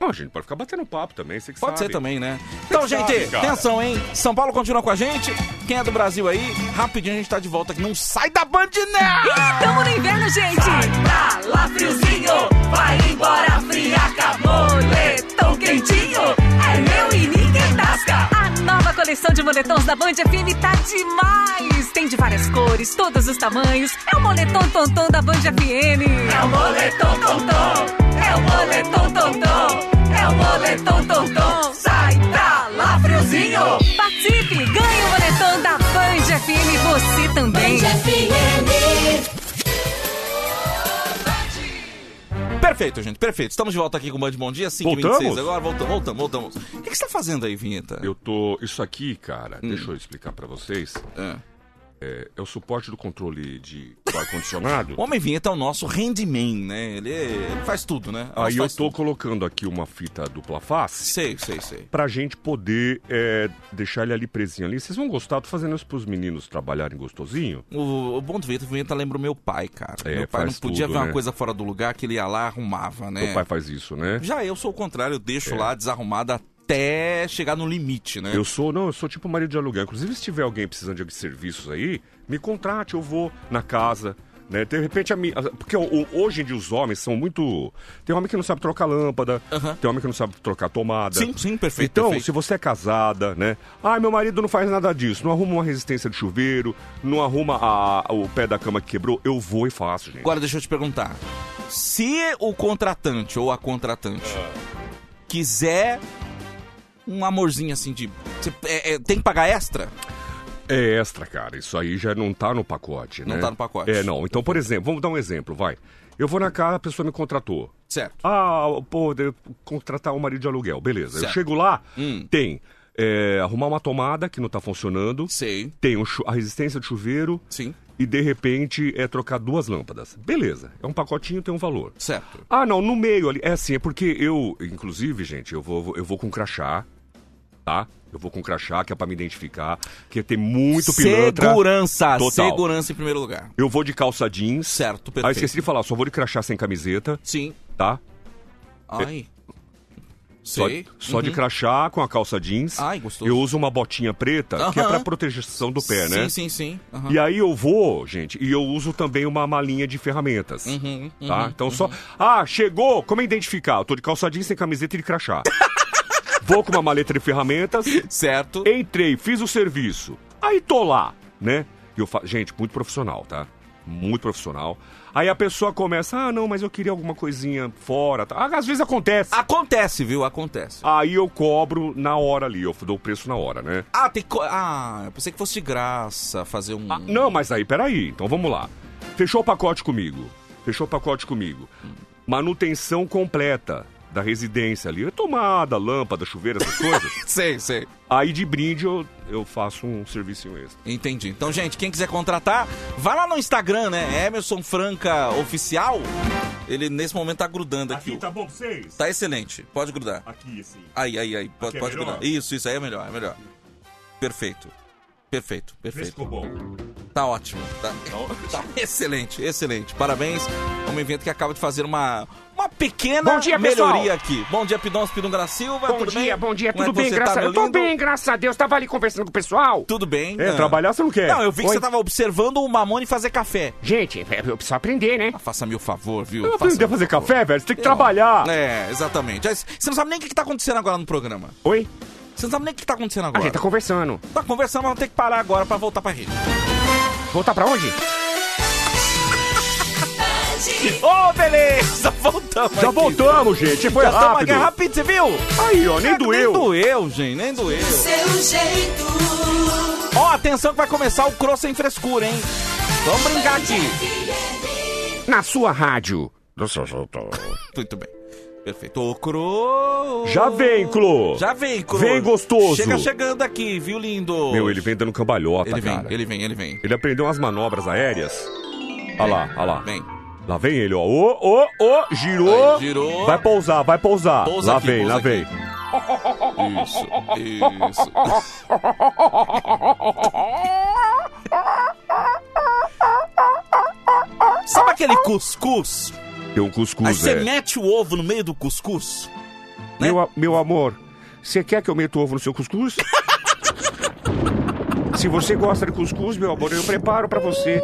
[SPEAKER 13] Não, a gente pode ficar batendo papo também, você que
[SPEAKER 3] Pode
[SPEAKER 13] sabe.
[SPEAKER 3] ser também, né? Então,
[SPEAKER 13] Você que
[SPEAKER 3] gente,
[SPEAKER 13] sabe, cara.
[SPEAKER 3] atenção, hein? São Paulo continua com a gente. Quem é do Brasil aí, rapidinho a gente tá de volta aqui. Não sai da Band, né?
[SPEAKER 16] Tamo no inverno, gente! Vai pra lá, friozinho! Vai embora, friaca, moletom quentinho! É meu e ninguém tasca! A nova coleção de moletons da Band FM tá demais! Tem de várias cores, todos os tamanhos. É o moletom tonton da Band FM! É o moletom tonton! É o moletom tonton! É o moletom tonton! Sai pra lá, friozinho! Participe! Ganhe o moletom da Band FM, você também!
[SPEAKER 17] Band FM.
[SPEAKER 3] Perfeito, gente, perfeito. Estamos de volta aqui com o Band Bom Dia, 5
[SPEAKER 13] Voltamos?
[SPEAKER 3] agora. Voltamos, voltamos, voltamos. O que que você tá fazendo aí, Vinheta?
[SPEAKER 13] Eu tô. Isso aqui, cara,
[SPEAKER 3] Hum.
[SPEAKER 13] deixa eu explicar pra vocês.
[SPEAKER 3] É.
[SPEAKER 13] É, o suporte do controle de do ar-condicionado.
[SPEAKER 3] O Homem Vinheta é o nosso handyman, né? Ele, ele faz tudo, né?
[SPEAKER 13] Aí eu
[SPEAKER 3] Nossa,
[SPEAKER 13] tô colocando aqui uma fita dupla face.
[SPEAKER 3] Sei, sei, sei.
[SPEAKER 13] Pra gente poder é, deixar ele ali presinho ali. Vocês vão gostar, tô fazendo isso pros meninos trabalharem gostosinho.
[SPEAKER 3] O, o bom do Vinheta, o Vinheta lembra o meu pai, cara.
[SPEAKER 13] É,
[SPEAKER 3] meu pai não
[SPEAKER 13] faz
[SPEAKER 3] podia
[SPEAKER 13] tudo,
[SPEAKER 3] ver uma
[SPEAKER 13] né?
[SPEAKER 3] coisa fora do lugar que ele ia lá arrumava, né?
[SPEAKER 13] Meu pai faz isso, né?
[SPEAKER 3] Já eu sou o contrário, eu deixo
[SPEAKER 13] É.
[SPEAKER 3] lá desarrumada até chegar no limite, né?
[SPEAKER 13] Eu sou, não, eu sou tipo marido de aluguel. Inclusive, se tiver alguém precisando de serviços aí, me contrate, eu vou na casa. Né? De repente, a mi- a- porque o- o- hoje em dia os homens são muito. Tem homem que não sabe trocar lâmpada, tem homem que não sabe trocar tomada.
[SPEAKER 3] Sim, sim, perfeito,
[SPEAKER 13] Então,
[SPEAKER 3] perfeito.
[SPEAKER 13] se você é casada, né? Ah, meu marido não faz nada disso, não arruma uma resistência de chuveiro, não arruma a- o pé da cama que quebrou, eu vou e faço, gente.
[SPEAKER 3] Agora deixa eu te perguntar. Se o contratante ou a contratante quiser um amorzinho assim de. cê- é- é- tem que pagar extra?
[SPEAKER 13] É extra, cara. Isso aí já não tá no pacote, né?
[SPEAKER 3] Não tá no pacote.
[SPEAKER 13] É, não. Então, por exemplo, vamos dar um exemplo, vai. Eu vou na casa, a pessoa me contratou.
[SPEAKER 3] Certo.
[SPEAKER 13] Ah, pô, devo contratar um marido de aluguel. Beleza.
[SPEAKER 3] Certo. Hum.
[SPEAKER 13] Eu chego lá, tem é, arrumar uma tomada que não tá funcionando.
[SPEAKER 3] Sei.
[SPEAKER 13] Tem um chu- a resistência do chuveiro.
[SPEAKER 3] Sim.
[SPEAKER 13] E, de repente, é trocar duas lâmpadas. Beleza. É um pacotinho, tem um valor.
[SPEAKER 3] Certo.
[SPEAKER 13] Ah, não, no meio ali. É assim, é porque eu, inclusive, gente, eu vou, eu vou com crachá, tá? Eu vou com crachá, que é pra me identificar, que tem muito pilantra.
[SPEAKER 3] Segurança,
[SPEAKER 13] Total.
[SPEAKER 3] segurança em primeiro lugar.
[SPEAKER 13] Eu vou de calça jeans.
[SPEAKER 3] Certo,
[SPEAKER 13] Ah,
[SPEAKER 3] perfeito.
[SPEAKER 13] esqueci de falar, só vou de crachá sem camiseta.
[SPEAKER 3] Sim.
[SPEAKER 13] Tá?
[SPEAKER 3] Ai.
[SPEAKER 13] Só,
[SPEAKER 3] Sei.
[SPEAKER 13] só de
[SPEAKER 3] Uhum.
[SPEAKER 13] crachá com a calça jeans.
[SPEAKER 3] Ai, gostoso.
[SPEAKER 13] Eu uso uma botinha preta, que é
[SPEAKER 3] Aham.
[SPEAKER 13] pra proteção do pé, né?
[SPEAKER 3] Sim, sim, sim. Aham.
[SPEAKER 13] E aí eu vou, gente, e eu uso também uma malinha de ferramentas.
[SPEAKER 3] Uhum, uhum,
[SPEAKER 13] tá? Então só. Ah, chegou! Como é identificar? Eu tô de calçadinho sem camiseta e de crachá. vou com uma maleta de ferramentas.
[SPEAKER 3] Certo.
[SPEAKER 13] Entrei, fiz o serviço. Aí tô lá, né? E eu fa... Gente, muito profissional, tá? Muito profissional. Aí a pessoa começa, ah, não, mas eu queria alguma coisinha fora. tá? Ah, Às vezes acontece.
[SPEAKER 3] Acontece, viu? Acontece.
[SPEAKER 13] Aí eu cobro na hora ali, eu dou o preço na hora, né?
[SPEAKER 3] Ah, tem co... Ah, eu pensei que fosse de graça fazer um.
[SPEAKER 13] Ah, Não, mas aí, peraí. Então vamos lá. Fechou o pacote comigo. fechou o pacote comigo. Manutenção completa da residência ali. É Tomada, lâmpada, chuveiro, essas coisas.
[SPEAKER 3] sei, sei.
[SPEAKER 13] Aí de brinde eu, eu faço um serviço extra.
[SPEAKER 3] Entendi. Então, gente, quem quiser contratar, vai lá no Instagram, né? Emerson Franca Oficial. Ele nesse momento tá grudando aqui.
[SPEAKER 9] Tá bom pra vocês?
[SPEAKER 3] Tá excelente. Pode grudar.
[SPEAKER 9] Aqui, assim.
[SPEAKER 3] Aí, aí, aí. Pode,
[SPEAKER 9] é
[SPEAKER 3] pode
[SPEAKER 9] melhor?
[SPEAKER 3] grudar. Isso, isso aí é melhor, é melhor. Perfeito. Perfeito, perfeito.
[SPEAKER 9] ficou bom.
[SPEAKER 3] Tá ótimo. Tá, tá excelente, excelente. Parabéns. É um evento que acaba de fazer uma, uma pequena
[SPEAKER 9] Bom dia, pessoal.
[SPEAKER 3] melhoria aqui. Bom dia, Pidão Spidungra Silva.
[SPEAKER 9] Bom
[SPEAKER 3] tudo
[SPEAKER 9] dia,
[SPEAKER 3] bem?
[SPEAKER 9] bom dia,
[SPEAKER 3] Como é
[SPEAKER 9] tudo
[SPEAKER 3] que
[SPEAKER 9] bem,
[SPEAKER 3] você
[SPEAKER 9] graças
[SPEAKER 3] tá,
[SPEAKER 9] a
[SPEAKER 3] meu
[SPEAKER 9] Deus. Tô
[SPEAKER 3] lindo?
[SPEAKER 9] bem, graças a Deus. Tava ali conversando com o pessoal.
[SPEAKER 3] Tudo bem.
[SPEAKER 9] É,
[SPEAKER 3] Ah.
[SPEAKER 9] trabalhar você não quer.
[SPEAKER 3] Não, eu vi que
[SPEAKER 9] Oi?
[SPEAKER 3] você tava observando o Mamone fazer café.
[SPEAKER 9] Gente, é, eu preciso aprender, né?
[SPEAKER 3] Faça-me o favor, viu?
[SPEAKER 9] Eu
[SPEAKER 3] Faça-me
[SPEAKER 9] aprendi a
[SPEAKER 3] o
[SPEAKER 9] fazer
[SPEAKER 3] favor.
[SPEAKER 9] café, velho. Você tem que
[SPEAKER 3] Eu-
[SPEAKER 9] trabalhar.
[SPEAKER 3] É, exatamente. Aí, Você não sabe nem o que que tá acontecendo agora no programa.
[SPEAKER 9] Oi?
[SPEAKER 3] Você não sabe nem o que tá acontecendo
[SPEAKER 9] A
[SPEAKER 3] agora.
[SPEAKER 9] gente tá conversando.
[SPEAKER 3] Tá conversando, mas vamos ter que parar agora pra voltar pra rede.
[SPEAKER 9] Voltar pra onde?
[SPEAKER 3] Ô, beleza! Voltamos!
[SPEAKER 9] Já voltamos, gente. Foi
[SPEAKER 3] Já tamo
[SPEAKER 9] rápido.
[SPEAKER 3] aqui, é rápido, você viu?
[SPEAKER 9] Aí, ó, nem doeu.
[SPEAKER 3] Nem doeu, gente, nem doeu.
[SPEAKER 9] Seu jeito.
[SPEAKER 3] Ó, atenção que vai começar o Cross sem frescura, hein? Vamos brincar aqui.
[SPEAKER 9] Na sua rádio. Do seu jeito.
[SPEAKER 3] Muito bem. Perfeito. Ô, Cro...
[SPEAKER 13] Já vem, Clô.
[SPEAKER 3] Já vem, Cro.
[SPEAKER 13] Vem gostoso.
[SPEAKER 3] Chega chegando aqui, viu, lindo?
[SPEAKER 13] Meu, ele vem dando cambalhota,
[SPEAKER 3] Ele vem,
[SPEAKER 13] cara.
[SPEAKER 3] ele vem, ele vem.
[SPEAKER 13] Ele aprendeu umas manobras aéreas. Olha lá, olha lá.
[SPEAKER 3] Vem.
[SPEAKER 13] Lá vem ele, ó. Ô, ô, ô, girou.
[SPEAKER 3] Aí, girou.
[SPEAKER 13] Vai pousar, vai pousar.
[SPEAKER 3] Pousa
[SPEAKER 13] lá
[SPEAKER 3] aqui,
[SPEAKER 13] vem, lá
[SPEAKER 3] pousa
[SPEAKER 13] vem.
[SPEAKER 3] Isso, isso. Sabe aquele cuscuz?
[SPEAKER 13] Tem um
[SPEAKER 3] Aí
[SPEAKER 13] cuscuz,
[SPEAKER 3] você
[SPEAKER 13] é.
[SPEAKER 3] mete né? o ovo no meio do cuscuz?
[SPEAKER 13] Meu, a- meu amor, você quer que eu meta o ovo no seu cuscuz? Se você gosta de cuscuz, meu amor, eu preparo pra você.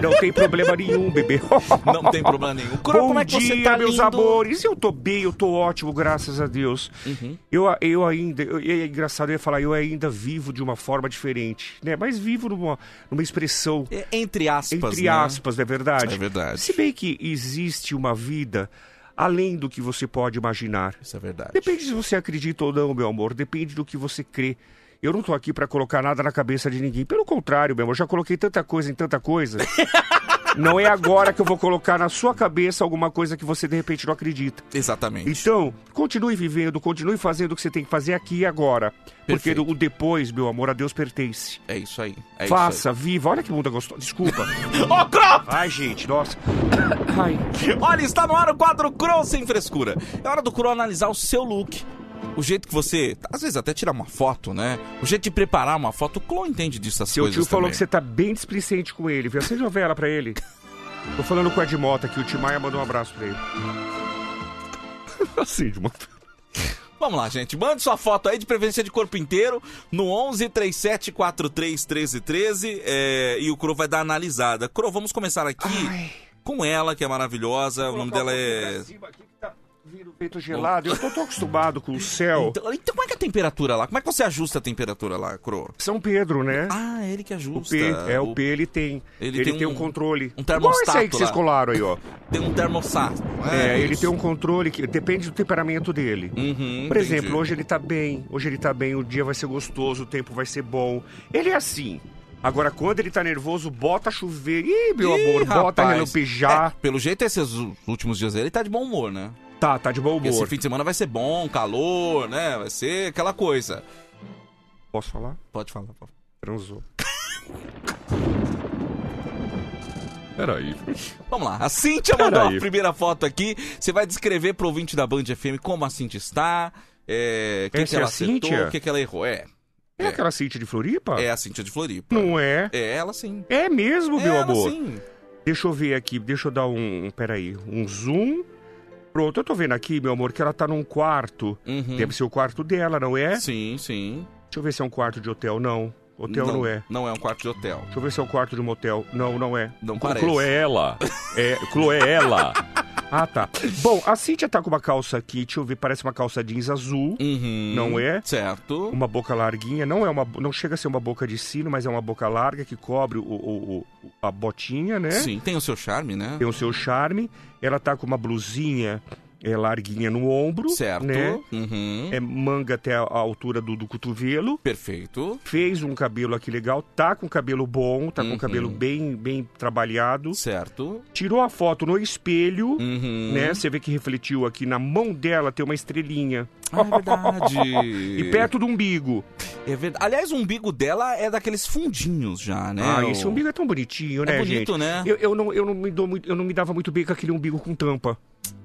[SPEAKER 13] Não tem problema nenhum, bebê.
[SPEAKER 3] Não tem problema nenhum. Cro,
[SPEAKER 13] Bom
[SPEAKER 3] como é que
[SPEAKER 13] dia,
[SPEAKER 3] você tá,
[SPEAKER 13] meus
[SPEAKER 3] lindo?
[SPEAKER 13] amores. Eu tô bem, eu tô ótimo, graças a Deus.
[SPEAKER 3] Uhum.
[SPEAKER 13] Eu, a- eu ainda, eu, é engraçado, eu ia falar, eu ainda vivo de uma forma diferente, né? Mas vivo numa, numa expressão...
[SPEAKER 3] É, Entre aspas,
[SPEAKER 13] Entre
[SPEAKER 3] né?
[SPEAKER 13] aspas, não é verdade?
[SPEAKER 3] É verdade.
[SPEAKER 13] Se bem que existe uma vida além do que você pode imaginar.
[SPEAKER 3] Isso é verdade.
[SPEAKER 13] Depende se você acredita ou não, meu amor. Depende do que você crê. Eu não tô aqui pra colocar nada na cabeça de ninguém. Pelo contrário, meu amor, já coloquei tanta coisa em tanta coisa. não é agora que eu vou colocar na sua cabeça alguma coisa que você de repente não acredita.
[SPEAKER 3] Exatamente.
[SPEAKER 13] Então, continue vivendo, continue fazendo o que você tem que fazer aqui e agora. Porque
[SPEAKER 3] Perfeito.
[SPEAKER 13] o depois, meu amor, a Deus pertence.
[SPEAKER 3] É isso aí. É
[SPEAKER 13] Faça, viva. Olha que bunda gostosa. Desculpa.
[SPEAKER 3] Ô, Cro!
[SPEAKER 13] Ai, gente, nossa. Ai.
[SPEAKER 3] Olha, está no ar o quadro Cro sem frescura. É hora do Cro analisar o seu look. O jeito que você. Às vezes até tirar uma foto, né? O jeito de preparar uma foto. O Cro entende disso assim.
[SPEAKER 13] Seu tio falou que você tá bem displicente com ele, viu? Acende a vela pra ele. Tô falando com o Edmota aqui, o Timaya mandou um abraço pra ele. Acende uma
[SPEAKER 3] Vamos lá, gente. Mande sua foto aí de preferência de corpo inteiro no 11 37 43 13 13 é, e o Cro vai dar a analisada. Cro, vamos começar aqui com ela, que é maravilhosa. O nome dela é.
[SPEAKER 13] tá Peito gelado, eu tô tão acostumado com o céu.
[SPEAKER 3] Então, então como é que é a temperatura lá? Como é que você ajusta a temperatura lá, Cro?
[SPEAKER 13] São Pedro, né?
[SPEAKER 3] Ah, ele que ajusta.
[SPEAKER 13] O P, é, o P ele tem.
[SPEAKER 3] Ele
[SPEAKER 13] Ele,
[SPEAKER 3] tem
[SPEAKER 13] tem,
[SPEAKER 3] um-
[SPEAKER 13] um controle.
[SPEAKER 3] um
[SPEAKER 13] Igual esse aí
[SPEAKER 3] termostato
[SPEAKER 13] que vocês
[SPEAKER 3] lá.
[SPEAKER 13] colaram aí, ó.
[SPEAKER 3] Tem um termossato.
[SPEAKER 13] É, ele tem um controle que depende do temperamento dele. Por exemplo,
[SPEAKER 3] Uhum, entendi.
[SPEAKER 13] hoje ele tá bem, hoje ele tá bem, o dia vai ser gostoso, o tempo vai ser bom. Ele é assim. Agora, quando ele tá nervoso, bota chover. Ih, meu
[SPEAKER 3] Ih,
[SPEAKER 13] amor, bota
[SPEAKER 3] rapaz.
[SPEAKER 13] relampejar.
[SPEAKER 3] É, pelo jeito, esses u- últimos dias aí, ele tá de bom humor, né?
[SPEAKER 13] Tá, tá de bom
[SPEAKER 3] Porque Esse
[SPEAKER 13] humor.
[SPEAKER 3] fim de semana vai ser bom, calor, né? Vai ser aquela coisa.
[SPEAKER 13] Posso falar?
[SPEAKER 3] Pode falar, pô.
[SPEAKER 13] Transou. Peraí.
[SPEAKER 3] Vamos lá. A Cintia mandou
[SPEAKER 13] Peraí.
[SPEAKER 3] a primeira foto aqui. Você vai descrever pro ouvinte da Band FM como a Cintia está, é, o que, que
[SPEAKER 13] Essa é
[SPEAKER 3] ela
[SPEAKER 13] a
[SPEAKER 3] acertou,
[SPEAKER 13] Cíntia?
[SPEAKER 3] o que, que ela errou. É,
[SPEAKER 13] É aquela Cintia de Floripa?
[SPEAKER 3] é a Cintia de Floripa.
[SPEAKER 13] Não é?
[SPEAKER 3] É ela sim.
[SPEAKER 13] É mesmo,
[SPEAKER 3] É
[SPEAKER 13] meu
[SPEAKER 3] ela,
[SPEAKER 13] amor?
[SPEAKER 3] sim.
[SPEAKER 13] Deixa eu ver aqui, deixa eu dar um, um- peraí, um zoom. Pronto, eu tô vendo aqui, meu amor, que ela tá num quarto.
[SPEAKER 3] Hum.
[SPEAKER 13] Deve ser o quarto dela, não é?
[SPEAKER 3] Uhum. Sim, sim.
[SPEAKER 13] Deixa eu ver se é um quarto de hotel, não. Hotel não, é.
[SPEAKER 3] Não é um quarto de hotel.
[SPEAKER 13] Deixa eu ver se é um quarto de motel. Não, não é.
[SPEAKER 3] Não
[SPEAKER 13] Com
[SPEAKER 3] parece.
[SPEAKER 13] Cloela. É, Cloela. ah, tá. Bom, a Cintia tá com uma calça aqui, deixa eu ver, parece uma calça jeans azul. Não é?
[SPEAKER 3] Uhum. Certo.
[SPEAKER 13] Uma boca larguinha, não é uma, bo- não chega a ser uma boca de sino, mas é uma boca larga que cobre o, o- o- a botinha, né?
[SPEAKER 3] Sim, tem o seu charme, né?
[SPEAKER 13] Tem o seu charme. Ela tá com uma blusinha é larguinha no ombro.
[SPEAKER 3] Certo.
[SPEAKER 13] Né?
[SPEAKER 3] Uhum.
[SPEAKER 13] É manga até a, a altura do, do cotovelo.
[SPEAKER 3] Perfeito.
[SPEAKER 13] Fez um cabelo aqui legal, tá com cabelo bom, tá com
[SPEAKER 3] Uhum.
[SPEAKER 13] cabelo bem, bem trabalhado.
[SPEAKER 3] Certo. Uhum.
[SPEAKER 13] Tirou a foto no espelho, né? Você vê que refletiu aqui na mão dela, tem uma estrelinha.
[SPEAKER 3] Ah, é verdade.
[SPEAKER 13] e perto do umbigo.
[SPEAKER 3] É verdade. Aliás, o umbigo dela é daqueles fundinhos já, né?
[SPEAKER 13] Ah,
[SPEAKER 3] O-
[SPEAKER 13] esse umbigo é tão bonitinho,
[SPEAKER 3] É
[SPEAKER 13] né,
[SPEAKER 3] bonito,
[SPEAKER 13] gente?
[SPEAKER 3] né?
[SPEAKER 13] Eu, eu não, eu, não me dou muito- eu não me dava muito bem com aquele umbigo com tampa.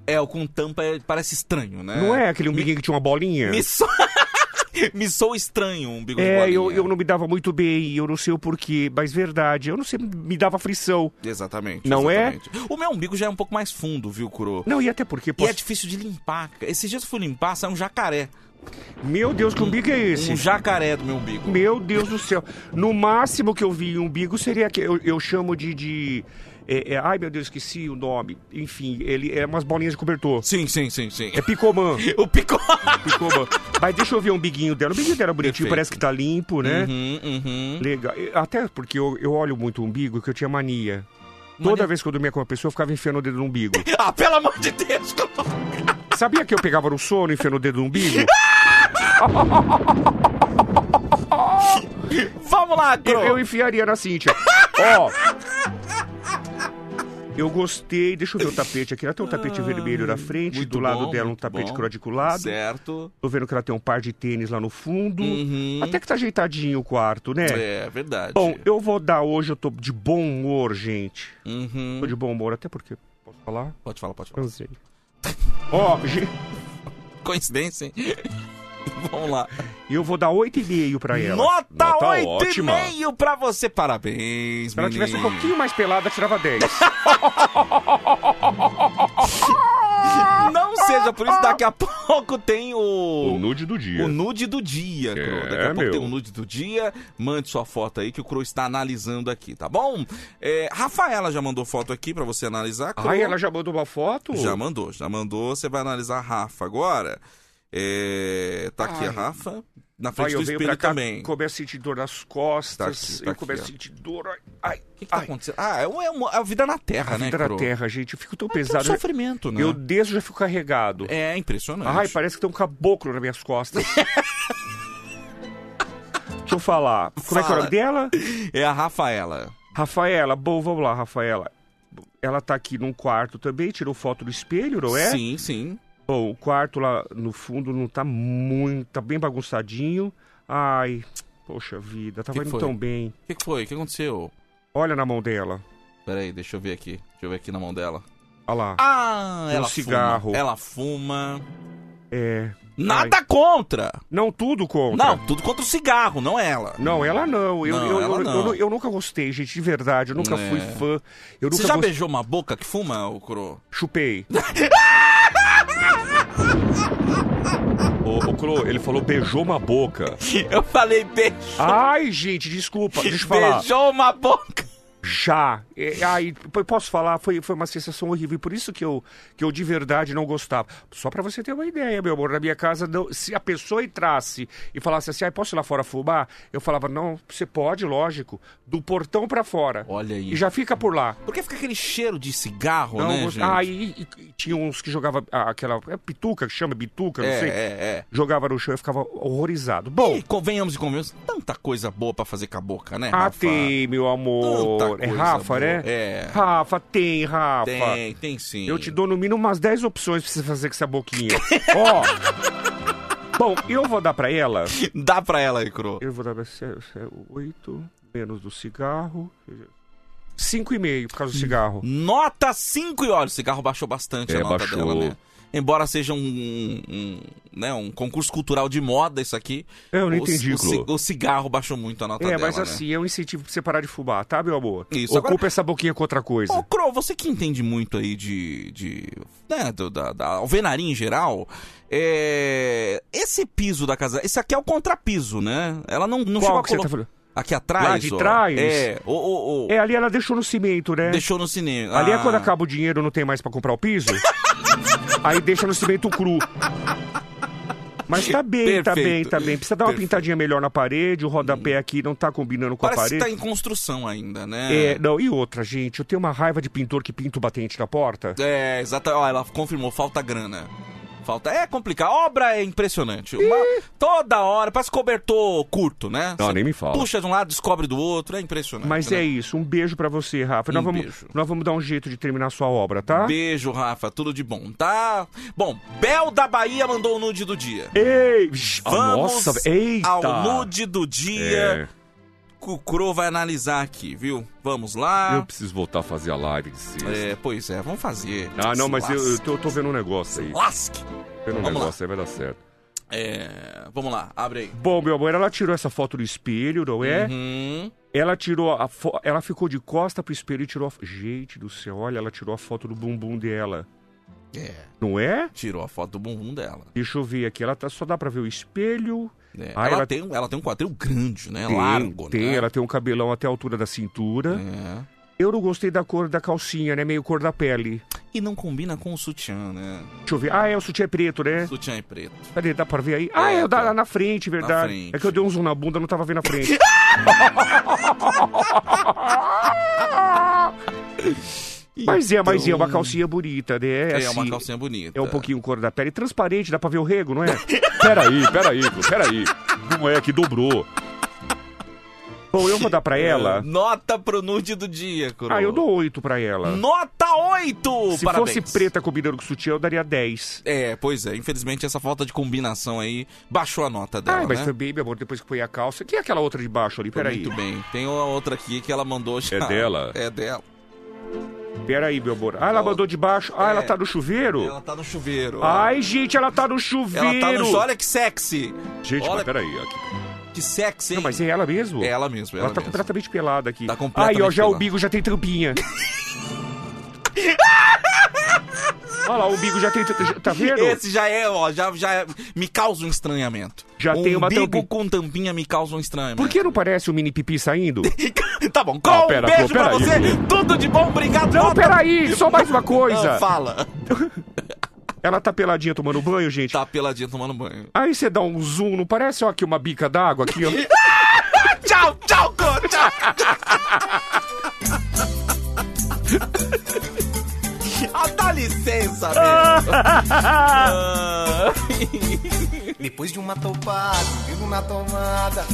[SPEAKER 3] É, o com tampa é- parece estranho, né?
[SPEAKER 13] Não é aquele umbiguinho que tinha uma bolinha?
[SPEAKER 3] Me sou... me sou estranho um umbigo
[SPEAKER 13] É,
[SPEAKER 3] de
[SPEAKER 13] eu,
[SPEAKER 3] bolinha.
[SPEAKER 13] eu não me dava muito bem, eu não sei o porquê, mas verdade, eu não sei, me dava frição.
[SPEAKER 3] Exatamente.
[SPEAKER 13] Não é?
[SPEAKER 3] exatamente. O meu umbigo já é um pouco mais fundo, viu, Kuro?
[SPEAKER 13] Não, e até porque...
[SPEAKER 3] E é difícil de limpar. cara. Esses dias eu fui limpar, saiu um jacaré.
[SPEAKER 13] Meu Deus, que umbigo é esse?
[SPEAKER 3] Um jacaré do meu umbigo.
[SPEAKER 13] Meu Deus do céu. No máximo que eu vi em umbigo seria que eu, eu chamo de... de é, é- ai, meu Deus, esqueci o nome. Enfim, ele é umas bolinhas de cobertor.
[SPEAKER 3] Sim, sim, sim, sim.
[SPEAKER 13] É picomã.
[SPEAKER 3] o picomã.
[SPEAKER 13] picomã. Mas deixa eu ver o umbiguinho dela. O umbiguinho dela é
[SPEAKER 3] Perfeito.
[SPEAKER 13] bonitinho, parece que tá limpo, né?
[SPEAKER 3] Uhum, uhum.
[SPEAKER 13] Legal. E Até porque eu, eu olho muito o umbigo, que eu tinha mania. Toda vez que eu dormia com uma pessoa, eu ficava enfiando o dedo no umbigo.
[SPEAKER 3] Ah, pelo amor de Deus!
[SPEAKER 13] Sabia que eu pegava no sono e enfiando o dedo no umbigo?
[SPEAKER 3] Vamos lá,
[SPEAKER 13] eu, eu enfiaria na Cíntia. Ó. Eu gostei, deixa eu ver o tapete aqui. Ela tem um tapete vermelho na frente, do lado
[SPEAKER 3] bom,
[SPEAKER 13] dela um
[SPEAKER 3] Ah, muito
[SPEAKER 13] tapete
[SPEAKER 3] bom.
[SPEAKER 13] quadriculado.
[SPEAKER 3] Certo. Hum. Uhum.
[SPEAKER 13] Tô vendo que ela tem um par de tênis lá no fundo. Hum, Até que tá ajeitadinho o quarto, né?
[SPEAKER 3] É, verdade.
[SPEAKER 13] Bom, eu vou dar hoje, eu tô de bom humor, gente.
[SPEAKER 3] Uhum.
[SPEAKER 13] Tô de bom humor, até porque. Posso falar?
[SPEAKER 3] Pode falar, pode falar.
[SPEAKER 13] Cansei. Ó, gente.
[SPEAKER 3] Coincidência, hein? Vamos lá.
[SPEAKER 13] E eu vou dar 8,5 pra ela.
[SPEAKER 3] Nota, 8,5 pra você. Parabéns,
[SPEAKER 13] Se ela tivesse um
[SPEAKER 3] menino.
[SPEAKER 13] pouquinho mais pelada, tirava 10.
[SPEAKER 3] Não seja, por isso daqui a pouco tem o... O
[SPEAKER 13] nude do dia.
[SPEAKER 3] O nude do dia, Cro. Daqui a
[SPEAKER 13] É,
[SPEAKER 3] pouco
[SPEAKER 13] meu.
[SPEAKER 3] tem o nude do dia. Mande sua foto aí que o Cro está analisando aqui, tá bom? É, Rafaela já mandou foto aqui pra você analisar, Cro.
[SPEAKER 13] Ai, ela já mandou uma foto?
[SPEAKER 3] Já mandou, já mandou. Você vai analisar a Rafa agora. É, tá aqui
[SPEAKER 13] Ai.
[SPEAKER 3] a Rafa. Na
[SPEAKER 13] Ai,
[SPEAKER 3] frente
[SPEAKER 13] eu
[SPEAKER 3] do
[SPEAKER 13] venho pra
[SPEAKER 3] espelho
[SPEAKER 13] cá,
[SPEAKER 3] também.
[SPEAKER 13] começo a sentir dor nas
[SPEAKER 3] Tá
[SPEAKER 13] costas,
[SPEAKER 3] aqui, tá
[SPEAKER 13] eu começo a
[SPEAKER 3] aqui, ó.
[SPEAKER 13] sentir dor. Ai, ai,
[SPEAKER 3] O que, que tá acontecendo? Ah, é, um- é uma- é a vida na Terra,
[SPEAKER 13] a
[SPEAKER 3] né,
[SPEAKER 13] vida da
[SPEAKER 3] Cro?
[SPEAKER 13] terra, gente, eu fico tão
[SPEAKER 3] Mas
[SPEAKER 13] pesado.
[SPEAKER 3] É um sofrimento, né?
[SPEAKER 13] Eu desço já fico carregado.
[SPEAKER 3] É impressionante.
[SPEAKER 13] Ai, parece que tem um caboclo nas minhas costas. Deixa eu falar. Como é que é o
[SPEAKER 3] Fala.
[SPEAKER 13] nome dela?
[SPEAKER 3] É a Rafaela.
[SPEAKER 13] Rafaela, bom, vamos lá, Rafaela. Ela tá aqui num quarto também, tirou foto do espelho, não é?
[SPEAKER 3] Sim, sim.
[SPEAKER 13] Bom, o quarto lá no fundo não tá muito, tá bem bagunçadinho. Ai, poxa vida, tava
[SPEAKER 3] Que
[SPEAKER 13] indo
[SPEAKER 3] foi?
[SPEAKER 13] tão bem.
[SPEAKER 3] O que, que foi? O que aconteceu?
[SPEAKER 13] Olha na mão dela.
[SPEAKER 3] Peraí, deixa eu ver aqui. Deixa eu ver aqui na mão dela.
[SPEAKER 13] Olha lá.
[SPEAKER 3] Ah,
[SPEAKER 13] Um
[SPEAKER 3] ela
[SPEAKER 13] cigarro.
[SPEAKER 3] fuma. Ela fuma.
[SPEAKER 13] É.
[SPEAKER 3] Nada contra.
[SPEAKER 13] Não tudo contra.
[SPEAKER 3] Não, tudo contra o cigarro, não ela.
[SPEAKER 13] Não, ela não. Eu,
[SPEAKER 3] Não,
[SPEAKER 13] eu,
[SPEAKER 3] ela
[SPEAKER 13] eu,
[SPEAKER 3] não.
[SPEAKER 13] eu nu- eu nunca gostei, gente, de verdade. Eu nunca
[SPEAKER 3] É.
[SPEAKER 13] fui fã. Eu nunca
[SPEAKER 3] Você já
[SPEAKER 13] gos-
[SPEAKER 3] beijou uma boca que fuma, ô Cro?
[SPEAKER 13] Chupei. Ô, ô, Clô, ele falou beijou uma boca.
[SPEAKER 3] Eu falei beijo.
[SPEAKER 13] Ai, gente, desculpa, Ah, deixa eu falar.
[SPEAKER 3] Beijou uma boca.
[SPEAKER 13] Já. É, aí, p- posso falar, foi, foi uma sensação horrível. E por isso que eu, que eu de verdade não gostava. Só pra você ter uma ideia, meu amor. Na minha casa, não- se a pessoa entrasse e falasse assim, ah, posso ir lá fora fumar? Eu falava, não, você pode, lógico. Do portão pra fora.
[SPEAKER 3] Olha aí.
[SPEAKER 13] E já fica por lá.
[SPEAKER 3] Porque fica aquele cheiro de cigarro,
[SPEAKER 13] Não,
[SPEAKER 3] né,
[SPEAKER 13] gost-
[SPEAKER 3] gente?
[SPEAKER 13] Ah, e, e- e tinha uns que jogavam ah, aquela é pituca, que chama bituca, não
[SPEAKER 3] É,
[SPEAKER 13] sei. Oh.
[SPEAKER 3] é, é.
[SPEAKER 13] Jogava no chão e eu ficava horrorizado. Bom,
[SPEAKER 3] E convenhamos e convenhamos, tanta coisa boa pra fazer com a boca, né,
[SPEAKER 13] ah,
[SPEAKER 3] Rafa?
[SPEAKER 13] tem, meu amor.
[SPEAKER 3] Tanta
[SPEAKER 13] É
[SPEAKER 3] coisa
[SPEAKER 13] Rafa,
[SPEAKER 3] boa.
[SPEAKER 13] né?
[SPEAKER 3] É.
[SPEAKER 13] Rafa, tem, Rafa.
[SPEAKER 3] Tem, tem sim.
[SPEAKER 13] Eu te dou no mínimo umas 10 opções pra você fazer com essa boquinha. Ó. Bom, eu vou dar pra ela.
[SPEAKER 3] Dá pra ela aí, Cro.
[SPEAKER 13] Eu vou dar pra você 8 menos do cigarro. 5,5 por causa do cigarro.
[SPEAKER 3] Hum, Nota 5 e olha, o cigarro baixou bastante
[SPEAKER 13] É,
[SPEAKER 3] a nota
[SPEAKER 13] baixou.
[SPEAKER 3] dela, né? Embora seja um, um- um, né, um concurso cultural de moda isso aqui.
[SPEAKER 13] Eu não
[SPEAKER 3] o,
[SPEAKER 13] entendi,
[SPEAKER 3] o, ci-
[SPEAKER 13] Clô.
[SPEAKER 3] o cigarro baixou muito a nota
[SPEAKER 13] É,
[SPEAKER 3] dela,
[SPEAKER 13] mas
[SPEAKER 3] né?
[SPEAKER 13] assim, é um incentivo pra você parar de fumar, tá, meu amor?
[SPEAKER 3] Isso,
[SPEAKER 13] Ocupa
[SPEAKER 3] agora- Oh.
[SPEAKER 13] essa boquinha com outra coisa.
[SPEAKER 3] Ô, Cro, você que entende muito aí de. de né, do- da, da alvenaria em geral, é, esse piso da casa. Esse aqui é o contrapiso, né? Ela não, não
[SPEAKER 13] Qual
[SPEAKER 3] chegou a
[SPEAKER 13] que você
[SPEAKER 3] colo-
[SPEAKER 13] tá falando?
[SPEAKER 3] Aqui atrás?
[SPEAKER 13] Lá de
[SPEAKER 3] ó.
[SPEAKER 13] trás?
[SPEAKER 3] É, ô, ô, ô,
[SPEAKER 13] É, ali ela deixou no cimento, né?
[SPEAKER 3] deixou no cinema.
[SPEAKER 13] Ali é
[SPEAKER 3] Ah,
[SPEAKER 13] quando acaba o dinheiro não tem mais pra comprar o piso? aí deixa no cimento cru. Mas tá bem, tá bem,
[SPEAKER 3] Perfeito.
[SPEAKER 13] tá bem. Precisa dar uma pintadinha melhor na parede, o rodapé aqui não tá combinando com a
[SPEAKER 3] Parece que tá em
[SPEAKER 13] parede.
[SPEAKER 3] construção ainda, né?
[SPEAKER 13] É, não, e outra, gente, eu tenho uma raiva de pintor que pinta o batente na porta.
[SPEAKER 3] É, exata. Ó, ela confirmou, falta grana. Falta. É complicado. A obra é impressionante. Uma- toda hora, parece cobertor curto, né?
[SPEAKER 13] Não,
[SPEAKER 3] Você
[SPEAKER 13] nem me fala.
[SPEAKER 3] Puxa de um lado, descobre do outro. É impressionante.
[SPEAKER 13] Mas
[SPEAKER 3] né?
[SPEAKER 13] é isso, um beijo pra você, Rafa. nós,
[SPEAKER 3] Um
[SPEAKER 13] vamos,
[SPEAKER 3] beijo.
[SPEAKER 13] nós vamos dar um jeito de terminar sua obra, tá?
[SPEAKER 3] Beijo, Rafa. Tudo de bom, tá? Bom, Bel da Bahia mandou o nude do dia.
[SPEAKER 13] Ei,
[SPEAKER 3] Ah, Vamos
[SPEAKER 13] nossa, eita.
[SPEAKER 3] ao nude do dia.
[SPEAKER 5] É.
[SPEAKER 3] que O Cro vai analisar aqui, viu? Vamos lá.
[SPEAKER 5] Eu preciso voltar a fazer a live de sexta.
[SPEAKER 3] ah. É, pois é, vamos fazer.
[SPEAKER 5] Ah, não,
[SPEAKER 3] Se
[SPEAKER 5] mas eu, eu
[SPEAKER 3] lasque.
[SPEAKER 5] tô, eu tô vendo um negócio aí.
[SPEAKER 3] Lasque!
[SPEAKER 5] Vendo um
[SPEAKER 3] Vamos lá.
[SPEAKER 5] negócio aí, vai dar certo.
[SPEAKER 3] É, vamos lá, abre aí.
[SPEAKER 13] Bom, meu amor, ela tirou essa foto do espelho, não é?
[SPEAKER 3] Uhum.
[SPEAKER 13] Ela tirou a fo... Ela ficou de costa pro espelho e tirou a... fo- Gente do céu, olha, ela tirou a foto do bumbum dela.
[SPEAKER 3] É.
[SPEAKER 13] Não é?
[SPEAKER 3] Tirou a foto do bumbum dela.
[SPEAKER 13] Deixa eu ver aqui. Ela tá... só dá pra ver o espelho.
[SPEAKER 3] É,
[SPEAKER 13] Ah,
[SPEAKER 3] ela, tem, ela tem um quadril grande, né?
[SPEAKER 13] tem,
[SPEAKER 3] Largo,
[SPEAKER 13] tem,
[SPEAKER 3] né? Uhum. É.
[SPEAKER 13] ela tem um cabelão até a altura da cintura. Eu não gostei da cor da calcinha, né? Meio cor da pele.
[SPEAKER 3] E não combina com o sutiã, né?
[SPEAKER 13] Deixa eu ver. Ah, é, o sutiã é preto, né?
[SPEAKER 3] Sutiã é preto.
[SPEAKER 13] Cadê? Dá pra ver aí? Ah, é, dá lá na frente, verdade.
[SPEAKER 3] tá. frente.
[SPEAKER 13] É que eu dei um zoom na bunda, não tava vendo a frente. mas é, mas é uma calcinha bonita, né?
[SPEAKER 3] Então, É,
[SPEAKER 13] assim,
[SPEAKER 3] uma calcinha bonita.
[SPEAKER 13] É um pouquinho cor da pele. Transparente, dá pra ver o rego, não é?
[SPEAKER 5] Peraí, peraí, pô, peraí. Não é que dobrou.
[SPEAKER 13] Bom, eu vou dar pra ela.
[SPEAKER 3] É. Nota pro nude do dia, Coro.
[SPEAKER 13] Ah, eu dou oito pra ela.
[SPEAKER 3] Nota 8!
[SPEAKER 13] Se
[SPEAKER 3] Parabéns.
[SPEAKER 13] fosse preta combinando com sutiã, eu daria 10.
[SPEAKER 3] É, pois é. Infelizmente, essa falta de combinação aí baixou a nota dela,
[SPEAKER 13] Ah, mas
[SPEAKER 3] né?
[SPEAKER 13] também, meu amor, depois que põe a calça. Quem é aquela outra de baixo ali?
[SPEAKER 3] Foi
[SPEAKER 13] Peraí.
[SPEAKER 3] Muito bem. Tem uma outra aqui que ela mandou já.
[SPEAKER 5] É dela?
[SPEAKER 3] É dela.
[SPEAKER 13] Peraí, meu amor. Ah, ela mandou de baixo. Ah, ela tá no chuveiro?
[SPEAKER 3] É. Ela tá no chuveiro.
[SPEAKER 13] Ai, gente, ela tá no chuveiro.
[SPEAKER 3] Ela tá no chu- Olha que sexy.
[SPEAKER 5] Gente,
[SPEAKER 3] Olha-
[SPEAKER 5] mas peraí. Aqui.
[SPEAKER 3] Que sexy, hein?
[SPEAKER 13] Não, mas é ela mesmo?
[SPEAKER 3] É ela mesmo, é
[SPEAKER 13] Ela,
[SPEAKER 3] ela
[SPEAKER 13] tá
[SPEAKER 3] mesmo.
[SPEAKER 13] completamente pelada aqui. Tá
[SPEAKER 3] completamente
[SPEAKER 13] Aí, ó, já o
[SPEAKER 3] pelada.
[SPEAKER 13] umbigo já tem tampinha. Olha lá, o umbigo já tem... já- Tá vendo?
[SPEAKER 3] Esse já é, ó, já, já é- me causa um estranhamento.
[SPEAKER 13] Já
[SPEAKER 3] um
[SPEAKER 13] tem uma
[SPEAKER 3] umbigo
[SPEAKER 13] tampinha.
[SPEAKER 3] com tampinha me causa um estranhamento.
[SPEAKER 13] Por que não parece um mini pipi saindo?
[SPEAKER 3] Tá bom,
[SPEAKER 13] Ah,
[SPEAKER 3] Col, um
[SPEAKER 13] pera,
[SPEAKER 3] beijo
[SPEAKER 13] pô,
[SPEAKER 3] pra
[SPEAKER 13] peraí,
[SPEAKER 3] você.
[SPEAKER 13] pô.
[SPEAKER 3] Tudo de bom, obrigado.
[SPEAKER 13] Não,
[SPEAKER 3] nota-
[SPEAKER 13] peraí, só mais uma coisa.
[SPEAKER 3] Não, fala.
[SPEAKER 13] Ela tá peladinha tomando banho, gente?
[SPEAKER 3] Tá peladinha tomando banho.
[SPEAKER 13] Aí você dá um zoom, não parece, ó, aqui uma bica d'água aqui, ó.
[SPEAKER 3] tchau, tchau, Cor, tchau. ah, dá licença,
[SPEAKER 18] Depois de uma topada, vivo na tomada.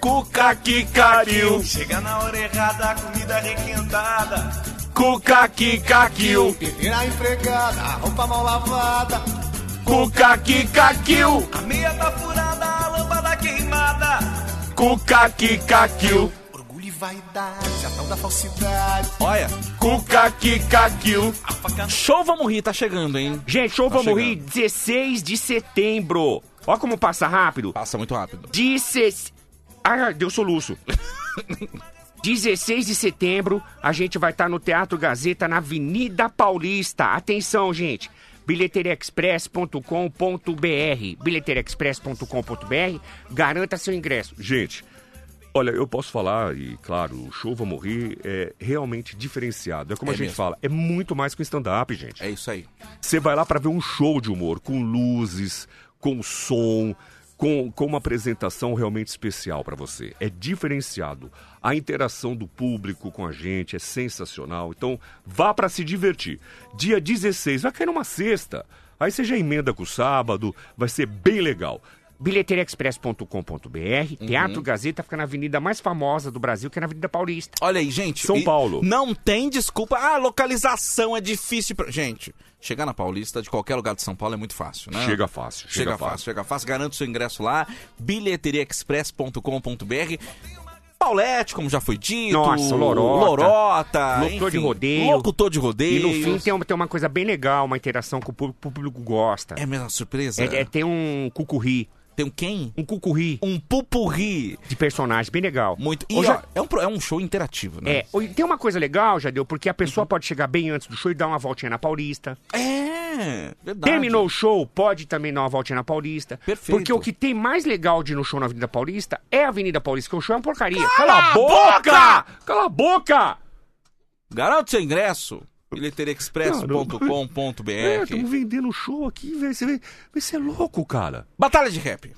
[SPEAKER 3] Cuca que cariu.
[SPEAKER 18] Chega na hora errada, comida requentada.
[SPEAKER 3] Cuca que caquiu.
[SPEAKER 18] Peteira empregada, a roupa mal lavada.
[SPEAKER 3] Cuca que caquiu.
[SPEAKER 18] A meia tá furada, a lâmpada queimada.
[SPEAKER 3] Cuca que caquiu.
[SPEAKER 18] Orgulho e vaidade, a tal da falsidade.
[SPEAKER 3] Olha. Cuca que caquiu. Show Vamos Rir tá chegando, hein?
[SPEAKER 13] Gente, show
[SPEAKER 3] Tá
[SPEAKER 13] Vamos
[SPEAKER 3] chegando.
[SPEAKER 13] Rir, 16 de setembro. Ó como passa rápido.
[SPEAKER 3] Passa muito rápido.
[SPEAKER 13] 16... Ah, deu soluço. 16 de setembro, a gente vai estar no Teatro Gazeta, na Avenida Paulista. Atenção, gente. bilheteriaexpress.com.br bilheteriaexpress.com.br Garanta seu ingresso.
[SPEAKER 5] Gente, olha, eu posso falar, e claro, o show Vamos Rir é realmente diferenciado. É como
[SPEAKER 3] É
[SPEAKER 5] a gente
[SPEAKER 3] mesmo.
[SPEAKER 5] fala, é muito mais que um stand-up, gente.
[SPEAKER 3] É isso aí.
[SPEAKER 5] Você vai lá pra ver um show de humor, com luzes, com som, com, com uma apresentação realmente especial pra você. É diferenciado. A interação do público com a gente é sensacional. Então, vá pra se divertir. Dia 16, vai cair numa sexta. Aí você já emenda com o sábado, vai ser bem legal.
[SPEAKER 13] bilheteriaexpress.com.br Teatro
[SPEAKER 3] Uhum.
[SPEAKER 13] Gazeta fica na avenida mais famosa do Brasil, que é na Avenida Paulista.
[SPEAKER 3] Olha aí, gente.
[SPEAKER 13] São
[SPEAKER 3] e
[SPEAKER 13] Paulo.
[SPEAKER 3] Não tem desculpa. Ah, localização é difícil. Pra... Gente, chegar na Paulista, de qualquer lugar de São Paulo, é muito fácil, né?
[SPEAKER 5] Chega fácil,
[SPEAKER 3] Chega,
[SPEAKER 5] chega
[SPEAKER 3] fácil,
[SPEAKER 5] fácil.
[SPEAKER 3] chega fácil. Garanto seu ingresso lá, bilheteriaexpress.com.br. Paulette, como já foi dito.
[SPEAKER 13] Nossa, Lorota.
[SPEAKER 3] Lorota.
[SPEAKER 13] Locutor de
[SPEAKER 3] enfim,
[SPEAKER 13] rodeio.
[SPEAKER 3] Locutor de
[SPEAKER 13] E
[SPEAKER 3] rodeio.
[SPEAKER 13] no fim tem uma, tem uma coisa bem legal, uma interação com o público, o público gosta.
[SPEAKER 3] É mesmo, surpresa.
[SPEAKER 13] É, é, tem um cucurri.
[SPEAKER 3] Tem um quem?
[SPEAKER 13] Um cucurri.
[SPEAKER 3] Um pupurri.
[SPEAKER 13] De personagem, bem legal.
[SPEAKER 3] Muito. E,
[SPEAKER 13] Ô,
[SPEAKER 3] ó,
[SPEAKER 13] Ja-
[SPEAKER 3] é, um, pro- é um show interativo, né?
[SPEAKER 13] É, ou- e tem uma coisa legal, Jadeu, porque a
[SPEAKER 3] Uhum.
[SPEAKER 13] pessoa pode chegar bem antes do show e dar uma voltinha na Paulista.
[SPEAKER 3] É, verdade.
[SPEAKER 13] Terminou o show, pode também dar uma voltinha na Paulista. Perfeito. Porque o que tem mais legal de ir no show na Avenida Paulista é a Avenida Paulista, que o show é uma porcaria.
[SPEAKER 3] Cala a boca!
[SPEAKER 13] Cala a boca!
[SPEAKER 3] Garante seu ingresso. Bilheteriaexpress.com.br.
[SPEAKER 5] É, estamos vendendo show aqui, velho. Você vê- Você é louco, cara.
[SPEAKER 3] Batalha de rap.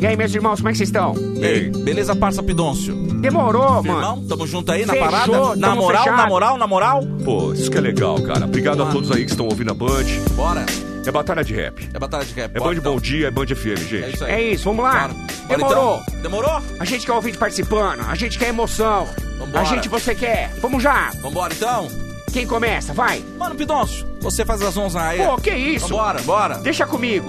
[SPEAKER 5] E aí, meus irmãos, como é que vocês estão?
[SPEAKER 3] Ei, beleza, parça Pidôncio?
[SPEAKER 5] Demorou, mano.
[SPEAKER 3] Irmão, tamo junto aí na
[SPEAKER 5] Fechou,
[SPEAKER 3] parada? Na
[SPEAKER 5] tamo
[SPEAKER 3] moral,
[SPEAKER 5] fechado.
[SPEAKER 3] na moral, na moral?
[SPEAKER 13] Pô, isso que é legal, cara. Obrigado
[SPEAKER 3] Vamos lá.
[SPEAKER 13] a todos aí que estão ouvindo a Band.
[SPEAKER 3] Bora.
[SPEAKER 13] É batalha de rap.
[SPEAKER 3] É batalha de rap.
[SPEAKER 13] É
[SPEAKER 3] bora,
[SPEAKER 13] Band Bom Dia, é Band FM, gente.
[SPEAKER 3] É isso aí.
[SPEAKER 5] É isso, vamos lá.
[SPEAKER 3] Bora,
[SPEAKER 5] Demorou.
[SPEAKER 3] então. Demorou?
[SPEAKER 5] A gente quer ouvir participando, a gente quer emoção.
[SPEAKER 3] Vambora.
[SPEAKER 5] A gente você quer. Vamos já.
[SPEAKER 3] Vambora então?
[SPEAKER 5] Quem começa? Vai.
[SPEAKER 3] Mano, Pidoncio, você faz as onzas aí.
[SPEAKER 5] Pô, que isso?
[SPEAKER 3] Bora, bora.
[SPEAKER 5] Deixa comigo.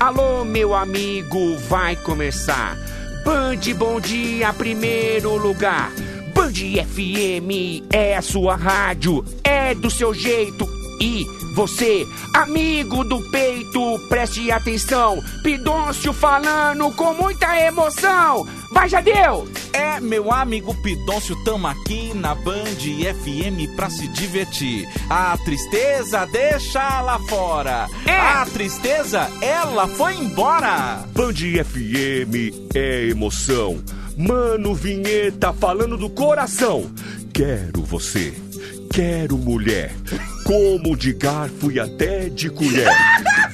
[SPEAKER 5] Alô, meu amigo, vai começar. Band Bom Dia, primeiro lugar. Band FM é a sua rádio, é do seu jeito. E você, amigo do peito, preste atenção. Pidôncio falando com muita emoção. Vai, Jadeu!
[SPEAKER 3] É, meu amigo Pidoncio, tamo aqui na Band FM pra se divertir. A tristeza deixa lá fora.
[SPEAKER 5] É.
[SPEAKER 3] A tristeza, ela foi embora.
[SPEAKER 13] Band FM é emoção. Mano Vinheta falando do coração. Quero você, quero mulher. Como de garfo e até de colher.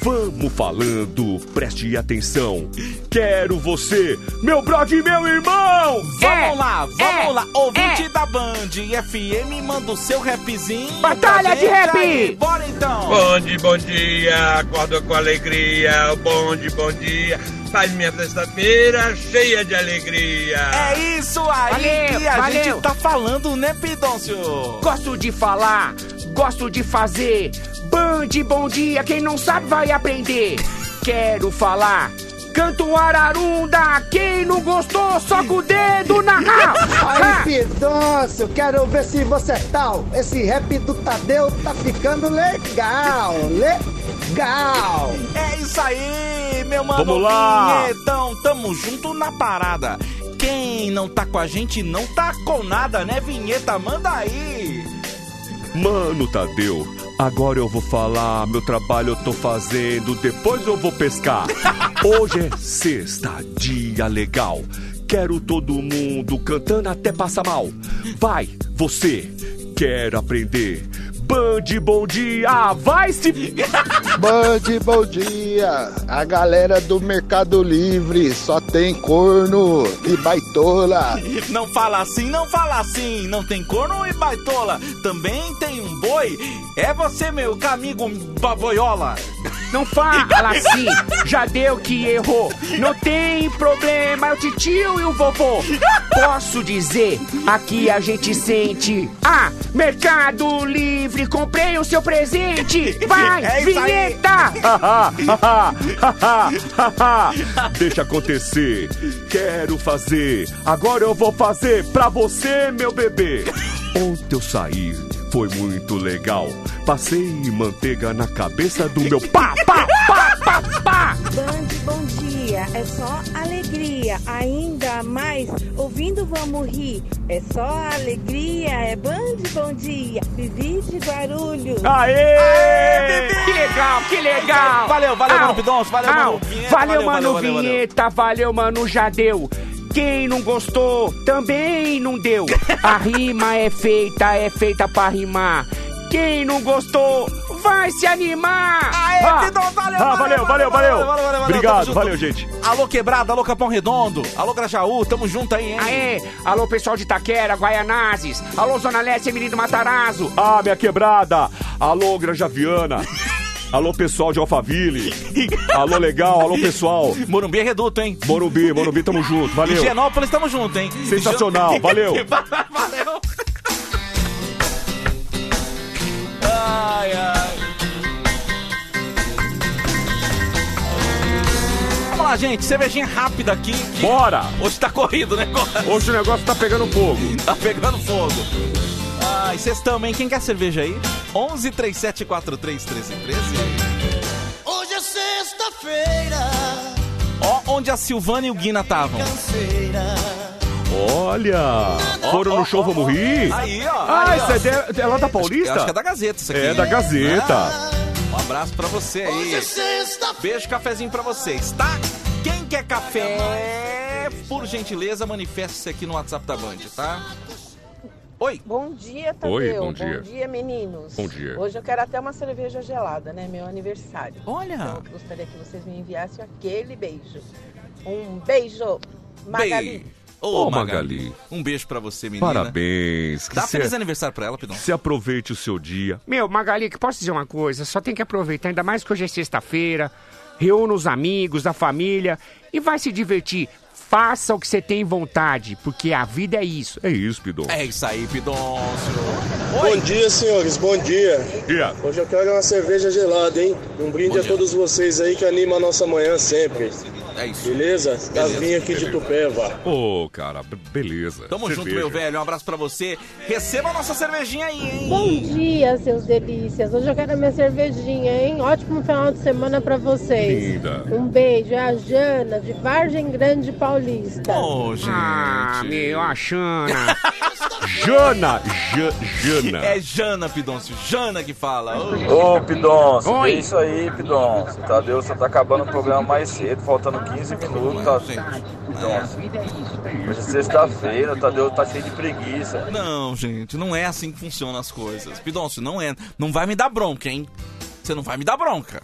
[SPEAKER 13] Vamos falando, preste atenção. Quero você, meu brother e meu irmão.
[SPEAKER 3] Vamos
[SPEAKER 5] É.
[SPEAKER 3] lá, vamos lá. Ouvinte da Band FM, manda o seu rapzinho.
[SPEAKER 5] Batalha
[SPEAKER 3] pra
[SPEAKER 5] de
[SPEAKER 3] gente
[SPEAKER 5] rap!
[SPEAKER 3] aí. Bora então.
[SPEAKER 4] Bonde, bom dia, acordo com alegria, bonde, bom dia, faz minha sexta-feira cheia de alegria.
[SPEAKER 3] É isso aí
[SPEAKER 5] Valeu,
[SPEAKER 3] que a
[SPEAKER 5] valeu.
[SPEAKER 3] gente tá falando, né, Pidoncio?
[SPEAKER 5] Gosto de falar, gosto de fazer. Band, bom dia, quem não sabe vai aprender. Quero falar, canto ararunda, quem não gostou, soca o dedo na
[SPEAKER 16] Aí,
[SPEAKER 5] raba.
[SPEAKER 16] Pidoncio, quero ver se você é tal. Esse rap do Tadeu tá ficando legal, legal.
[SPEAKER 3] É isso aí, meu mano.
[SPEAKER 13] Vamos lá.
[SPEAKER 3] Vinhetão, tamo junto na parada. Quem não tá com a gente não tá com nada, né, Vinheta? Manda aí.
[SPEAKER 13] Mano Tadeu, agora eu vou falar, meu trabalho eu tô fazendo, depois eu vou pescar. Hoje é sexta, dia legal. Quero todo mundo cantando até passar mal. Vai, você quer aprender? Band, bom dia, vai se.
[SPEAKER 19] Band, bom dia! A galera do Mercado Livre só tem corno e baitola.
[SPEAKER 3] Não fala assim, não fala assim. Não tem corno e baitola. Também tem um boi. É você, meu amigo baboiola.
[SPEAKER 5] Não fala assim, já deu que errou. Não tem problema, é o titio e o vovô. Posso dizer, aqui a gente sente. Ah, Mercado Livre, comprei o seu presente. Vai,
[SPEAKER 20] É isso aí.
[SPEAKER 5] vinheta!
[SPEAKER 13] Deixa acontecer, quero fazer, agora eu vou fazer pra você, meu bebê. Ontem eu saí, foi muito legal. Passei manteiga na cabeça do meu pá, pá, pá, pá, pá.
[SPEAKER 21] Band, bom dia. É só alegria. Ainda mais ouvindo vamos rir. É só alegria. É Band, bom dia. Vivi de Guarulhos.
[SPEAKER 5] Que legal, que legal!
[SPEAKER 3] Valeu, valeu,
[SPEAKER 5] Au,
[SPEAKER 3] mano Pidoncio, valeu,
[SPEAKER 5] au.
[SPEAKER 3] mano Vinheta,
[SPEAKER 5] Valeu,
[SPEAKER 3] valeu, valeu,
[SPEAKER 5] mano
[SPEAKER 3] valeu,
[SPEAKER 5] Vinheta, valeu, mano Jadeu. Quem não gostou, também não deu. A rima é feita, é feita pra rimar. Quem não gostou, vai se animar!
[SPEAKER 3] Aê,
[SPEAKER 5] Ah.
[SPEAKER 3] Pidoncio, valeu,
[SPEAKER 5] Ah, valeu, valeu, valeu!
[SPEAKER 3] tamo junto. Alô, Quebrada, alô, Capão Redondo, alô, Grajaú, tamo junto aí, hein?
[SPEAKER 5] Aê, alô pessoal de Itaquera, Guaianazes, alô Zona Leste, menino Matarazzo. Ah, minha quebrada,
[SPEAKER 13] Alô, Grajaviana. Alô, pessoal de Alphaville. Alô, legal. Alô, pessoal.
[SPEAKER 3] Morumbi é reduto, hein?
[SPEAKER 13] Morumbi, Morumbi, tamo junto. Valeu.
[SPEAKER 3] Higienópolis, tamo junto, hein?
[SPEAKER 13] Sensacional, valeu.
[SPEAKER 3] valeu. Ai, ai. Vamos lá, gente, cervejinha rápida aqui.
[SPEAKER 13] Bora!
[SPEAKER 3] Hoje tá corrido o negócio.
[SPEAKER 13] Hoje o negócio tá pegando fogo.
[SPEAKER 3] Tá pegando fogo. Ai, vocês também, quem quer cerveja aí? 11 37 43 13
[SPEAKER 1] Hoje é sexta-feira,
[SPEAKER 3] Ó, onde a Silvana e o Guina estavam.
[SPEAKER 1] feira.
[SPEAKER 13] Olha! Foram no show, vamos rir?
[SPEAKER 3] Aí, ó.
[SPEAKER 13] Ah,
[SPEAKER 3] Aí, ó.
[SPEAKER 13] isso é, de- é lá da Paulista?
[SPEAKER 3] Eu acho que é da Gazeta isso aqui.
[SPEAKER 13] É da Gazeta.
[SPEAKER 3] Um abraço pra você aí.
[SPEAKER 1] é
[SPEAKER 3] Beijo, cafezinho pra vocês, tá? Quem quer
[SPEAKER 1] É.
[SPEAKER 3] É, café, por gentileza, manifeste-se aqui no WhatsApp da Band, tá? Oi.
[SPEAKER 16] Bom dia, Tadeu.
[SPEAKER 13] Oi, bom dia.
[SPEAKER 16] meninos.
[SPEAKER 13] Bom dia.
[SPEAKER 16] Hoje eu quero até uma cerveja gelada, né? Meu aniversário.
[SPEAKER 3] Olha!
[SPEAKER 16] Então, eu gostaria que vocês me enviassem aquele beijo. Um beijo, Magali.
[SPEAKER 3] Bem. Ô,
[SPEAKER 13] Ô,
[SPEAKER 3] Magali.
[SPEAKER 13] Magali.
[SPEAKER 3] Um beijo pra você, menina.
[SPEAKER 13] Parabéns.
[SPEAKER 3] Dá
[SPEAKER 13] cê-
[SPEAKER 3] feliz aniversário pra ela, Pidão.
[SPEAKER 13] Se aproveite o seu dia.
[SPEAKER 22] Meu, Magali, que posso dizer uma coisa? Só tem que aproveitar, ainda mais que hoje é sexta-feira. Reúna os amigos, a família e vai se divertir. Faça o que você tem vontade, porque a vida é isso.
[SPEAKER 13] É isso, Pidon.
[SPEAKER 3] É isso aí, Pidoncio.
[SPEAKER 23] Bom dia, senhores, bom dia.
[SPEAKER 13] dia.
[SPEAKER 23] Hoje eu quero uma cerveja gelada, hein? Um brinde a todos vocês aí que anima a nossa manhã sempre.
[SPEAKER 3] É isso.
[SPEAKER 23] Beleza? Davinho aqui de Tupéva.
[SPEAKER 13] Ô, cara, be- beleza.
[SPEAKER 3] Tamo junto,
[SPEAKER 13] Cerveja.
[SPEAKER 3] meu velho. Um abraço pra você. Receba a nossa cervejinha aí, hein?
[SPEAKER 24] Bom dia, seus delícias. Hoje eu quero a minha cervejinha, hein? Ótimo final de semana pra vocês.
[SPEAKER 13] Linda.
[SPEAKER 24] Um beijo, é a Jana, de Vargem Grande Paulista.
[SPEAKER 3] Ô, gente.
[SPEAKER 22] Ah, meu, a Xana.
[SPEAKER 13] Jana. Ja- Jana.
[SPEAKER 3] É Jana, Pidoncio. Jana que fala.
[SPEAKER 25] Ô, Pidons,
[SPEAKER 3] Oi.
[SPEAKER 25] é isso aí, Pidons. Tadeu, você tá acabando o programa mais cedo, faltando 15 minutos, tá?
[SPEAKER 3] né?
[SPEAKER 25] Pidons. Hoje é sexta-feira, o Tadeu tá cheio de preguiça.
[SPEAKER 3] Não, gente, não é assim que funcionam as coisas. Pidoncio, não é. Não vai me dar bronca, hein? Você não vai me dar bronca.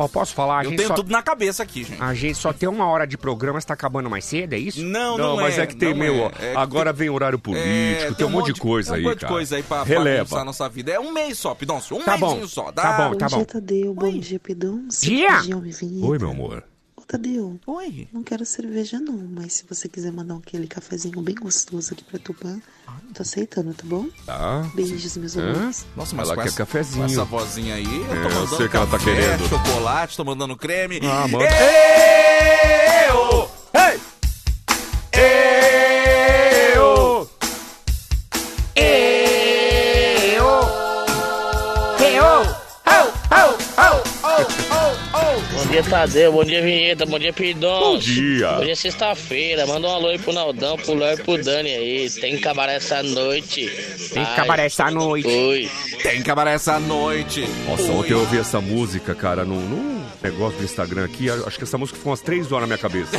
[SPEAKER 22] Ó, posso falar? A
[SPEAKER 3] Eu
[SPEAKER 22] gente
[SPEAKER 3] tenho
[SPEAKER 22] só-
[SPEAKER 3] tudo na cabeça aqui,
[SPEAKER 13] Ah,
[SPEAKER 3] gente.
[SPEAKER 22] A gente só tem uma hora de programa, está acabando mais cedo, é isso?
[SPEAKER 3] Não,
[SPEAKER 13] Não, mas é, que tem,
[SPEAKER 3] não
[SPEAKER 13] meu,
[SPEAKER 3] é.
[SPEAKER 13] ó,
[SPEAKER 3] É que É,
[SPEAKER 13] agora vem horário político, tem, um monte de coisa
[SPEAKER 3] tem
[SPEAKER 13] aí,
[SPEAKER 3] um monte de
[SPEAKER 13] cara.
[SPEAKER 3] coisa aí pra, pra
[SPEAKER 13] Releva.
[SPEAKER 3] pensar a nossa vida. É um mês só, Pidoncio. Um
[SPEAKER 13] Tá bom,
[SPEAKER 3] mêsinho só. Dá... um
[SPEAKER 13] tá bom, tá bom.
[SPEAKER 14] Tadeu. Bom dia, Pedoncio.
[SPEAKER 3] Dia!
[SPEAKER 14] Bom dia, Almivinha.
[SPEAKER 13] Oi, meu amor.
[SPEAKER 14] Ô, Tadeu.
[SPEAKER 3] Oi.
[SPEAKER 14] Não quero cerveja, não, mas se você quiser mandar aquele cafezinho bem gostoso aqui pra Tupã, tô aceitando, tá bom?
[SPEAKER 13] Tá?
[SPEAKER 14] Beijos, meus
[SPEAKER 13] Hã?
[SPEAKER 14] amores.
[SPEAKER 3] Nossa, mas
[SPEAKER 13] Ela
[SPEAKER 3] com
[SPEAKER 13] quer
[SPEAKER 3] essa,
[SPEAKER 13] cafezinho.
[SPEAKER 3] com essa vozinha aí, eu tô
[SPEAKER 13] É, eu
[SPEAKER 3] mandando
[SPEAKER 13] sei que ela tá
[SPEAKER 3] café,
[SPEAKER 13] querendo.
[SPEAKER 3] chocolate, tô mandando creme.
[SPEAKER 13] Ah, manda.
[SPEAKER 3] Eu! Ei!
[SPEAKER 22] Eu! Eu! Eu! Oh, oh, oh,
[SPEAKER 4] Bom dia, Tadeu. Bom dia, Vinheta. Bom dia, Pidon.
[SPEAKER 13] Bom dia.
[SPEAKER 4] Hoje é sexta-feira. Manda um alô aí pro Naldão, pro Léo e pro Dani aí. Tem cabaré essa noite.
[SPEAKER 22] Tem que acabar essa noite.
[SPEAKER 4] Oi.
[SPEAKER 3] Tem que acabar essa noite.
[SPEAKER 13] Nossa, ontem eu ouvi essa música, cara, num, num negócio do Instagram aqui. a- Acho que essa música ficou umas três horas na minha cabeça.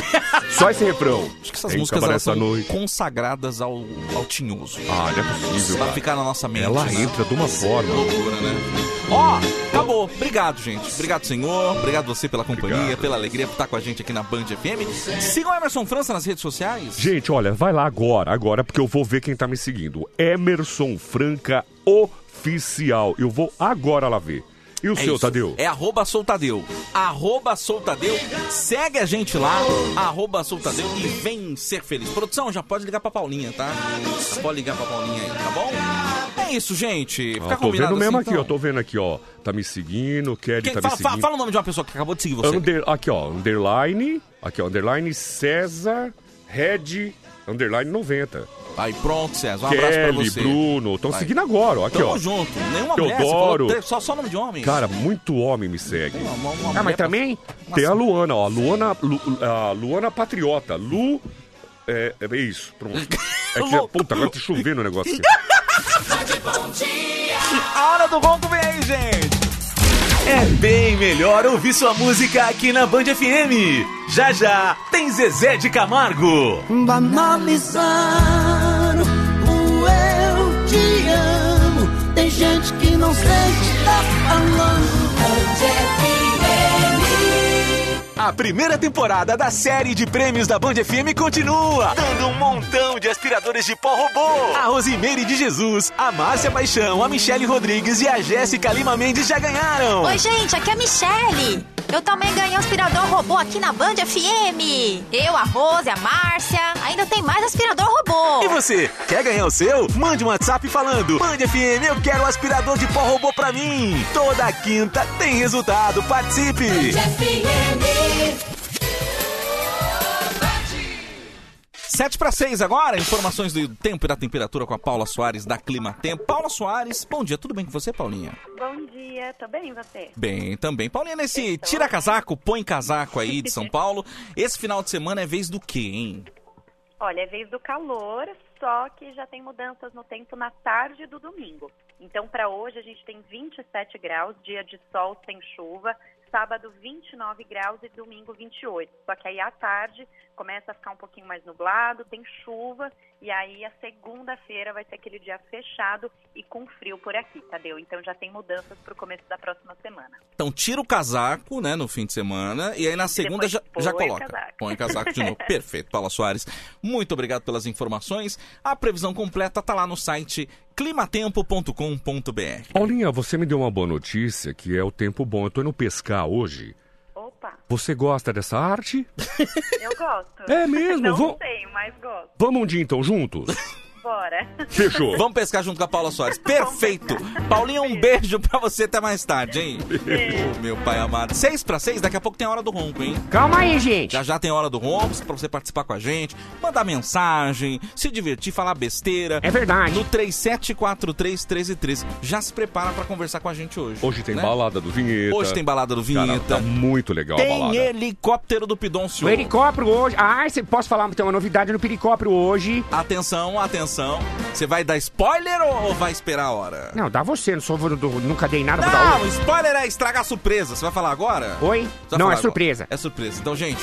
[SPEAKER 13] Só esse refrão.
[SPEAKER 3] Acho que essas
[SPEAKER 13] Tem que
[SPEAKER 3] músicas
[SPEAKER 13] acabar
[SPEAKER 3] elas
[SPEAKER 13] essa
[SPEAKER 3] são
[SPEAKER 13] noite.
[SPEAKER 3] consagradas ao, ao tinhoso.
[SPEAKER 13] Ah, não é possível,
[SPEAKER 3] Vai
[SPEAKER 13] cara.
[SPEAKER 3] ficar na nossa mente.
[SPEAKER 13] Ela
[SPEAKER 3] né?
[SPEAKER 13] entra de uma forma.
[SPEAKER 3] Loucura, né? Ó, acabou. Obrigado, gente. Obrigado, senhor. Obrigado você pela companhia, pela alegria por estar com a gente aqui na Band FM. Sigam o Emerson França nas redes sociais.
[SPEAKER 13] Gente, olha, vai lá agora, agora, porque eu vou ver quem tá me seguindo. Emerson Franca Oficial. Eu vou agora lá ver. E o
[SPEAKER 3] É
[SPEAKER 13] seu,
[SPEAKER 3] isso.
[SPEAKER 13] Tadeu?
[SPEAKER 3] É arroba soltadeu. Arroba soltadeu. Segue a gente lá, arroba soltadeu e vem ser feliz. Produção, já pode ligar pra Paulinha, tá? Já pode ligar pra Paulinha aí, tá bom? É isso, gente. Fica
[SPEAKER 13] Ó, tô
[SPEAKER 3] combinado
[SPEAKER 13] vendo mesmo
[SPEAKER 3] assim,
[SPEAKER 13] aqui,
[SPEAKER 3] então?
[SPEAKER 13] ó. Tô vendo aqui, ó. Tá me seguindo, Kelly
[SPEAKER 3] Quem-
[SPEAKER 13] tá
[SPEAKER 3] fala, fala-
[SPEAKER 13] me seguindo.
[SPEAKER 3] fala o nome de uma pessoa que acabou de seguir você.
[SPEAKER 13] Under- aqui, ó, underline. Aqui, ó, underline César Red underline 90.
[SPEAKER 3] Aí, pronto, César. Um abraço pra
[SPEAKER 13] Kelly,
[SPEAKER 3] você.
[SPEAKER 13] Bruno, estão
[SPEAKER 3] Vai.
[SPEAKER 13] seguindo agora, ó, aqui,
[SPEAKER 3] Tamo
[SPEAKER 13] ó.
[SPEAKER 3] junto. Nenhuma mulher, você falou
[SPEAKER 13] Teodoro.
[SPEAKER 3] três- só, só nome de homem.
[SPEAKER 13] Cara, muito homem me segue.
[SPEAKER 3] Ah, mas também?
[SPEAKER 13] Tem a Luana, ó. Luana, Lu- a Luana Patriota. Lu. É, é isso, pronto. É que, puta, agora tá chovendo o negócio aqui.
[SPEAKER 3] A hora do ronco vem aí, gente.
[SPEAKER 5] É bem melhor ouvir sua música aqui na Band FM. Já já tem Zezé de Camargo.
[SPEAKER 26] Mamizano, o eu te amo. Tem gente que não sei o que tá falando.
[SPEAKER 5] A primeira temporada da série de prêmios da Band FM continua, dando um montão de aspiradores de pó robô. A Rosimeire de Jesus, a Márcia Paixão, a Michele Rodrigues e a Jéssica Lima Mendes já ganharam.
[SPEAKER 27] Oi, gente, aqui é a Michelle. Eu também ganhei um aspirador robô aqui na Band FM. Eu, a Rose, a Márcia. Ainda tem mais aspirador robô.
[SPEAKER 5] E você, quer ganhar o seu? Mande um WhatsApp falando: Mande FM, eu quero um aspirador de pó robô pra mim. Toda
[SPEAKER 3] Tá,
[SPEAKER 5] quinta tem resultado, participe.
[SPEAKER 3] Sete para seis agora, informações do tempo e da temperatura com a Paula Soares da Clima Tempo. Paula Soares, bom dia, tudo bem com você, Paulinha?
[SPEAKER 28] Bom dia, tô bem e você?
[SPEAKER 3] Bem, também. Paulinha, nesse tira casaco, põe casaco aí de São Paulo, esse final de semana é vez do quê, hein?
[SPEAKER 28] Olha, é vez do calor, só que já tem mudanças no tempo na tarde do domingo. Então, para hoje, a gente tem 27 graus, dia de sol sem chuva. sábado 29 graus e domingo 28. Só que aí à tarde começa a ficar um pouquinho mais nublado, tem chuva e aí a segunda-feira vai ser aquele dia fechado e com frio por aqui, Tadeu. Então já tem mudanças para o começo da próxima semana.
[SPEAKER 3] Então tira o casaco, né, no fim de semana, e aí na segunda
[SPEAKER 28] Depois
[SPEAKER 3] já, já
[SPEAKER 28] põe o
[SPEAKER 3] coloca.
[SPEAKER 28] casaco.
[SPEAKER 3] Põe o casaco de novo. Perfeito, Paula Soares. Muito obrigado pelas informações. A previsão completa tá lá no site climatempo.com.br.
[SPEAKER 13] Paulinha, você me deu uma boa notícia, que é o tempo bom. Eu tô indo pescar hoje.
[SPEAKER 28] Opa,
[SPEAKER 13] Você gosta dessa arte?
[SPEAKER 28] eu gosto.
[SPEAKER 13] É mesmo?
[SPEAKER 28] Não
[SPEAKER 13] Vou-
[SPEAKER 28] sei, mas gosto.
[SPEAKER 13] Vamos um dia então juntos?
[SPEAKER 28] Bora.
[SPEAKER 13] Fechou.
[SPEAKER 3] Vamos pescar junto com a Paula Soares. Perfeito. Paulinha, um beijo pra você até mais tarde, hein? Ô, Meu pai amado. Seis pra seis, daqui a pouco tem a hora do ronco, hein?
[SPEAKER 13] Calma aí, gente.
[SPEAKER 3] Já já tem a hora do ronco pra você participar com a gente, mandar mensagem, se divertir, falar besteira. É
[SPEAKER 13] verdade.
[SPEAKER 3] No 37431313. Já se prepara pra conversar com a gente hoje.
[SPEAKER 13] Hoje tem
[SPEAKER 3] né?
[SPEAKER 13] balada do Vinheta.
[SPEAKER 3] Hoje tem balada do
[SPEAKER 13] Cara,
[SPEAKER 3] Vinheta.
[SPEAKER 13] tá muito legal a
[SPEAKER 3] Tem
[SPEAKER 13] balada.
[SPEAKER 3] helicóptero do Pidoncio.
[SPEAKER 13] O helicóptero hoje. Ah, você posso falar? Tem uma novidade no helicóptero hoje.
[SPEAKER 3] Atenção, atenção. Você vai dar spoiler ou ou vai esperar a hora?
[SPEAKER 13] Não, dá você, não sou, não, nunca dei nada pra dar
[SPEAKER 3] Não,
[SPEAKER 13] hoje.
[SPEAKER 3] spoiler é estragar a surpresa. Você vai falar agora?
[SPEAKER 13] Oi?
[SPEAKER 3] Você vai
[SPEAKER 13] Não,
[SPEAKER 3] falar
[SPEAKER 13] é surpresa.
[SPEAKER 3] É surpresa. Então, gente,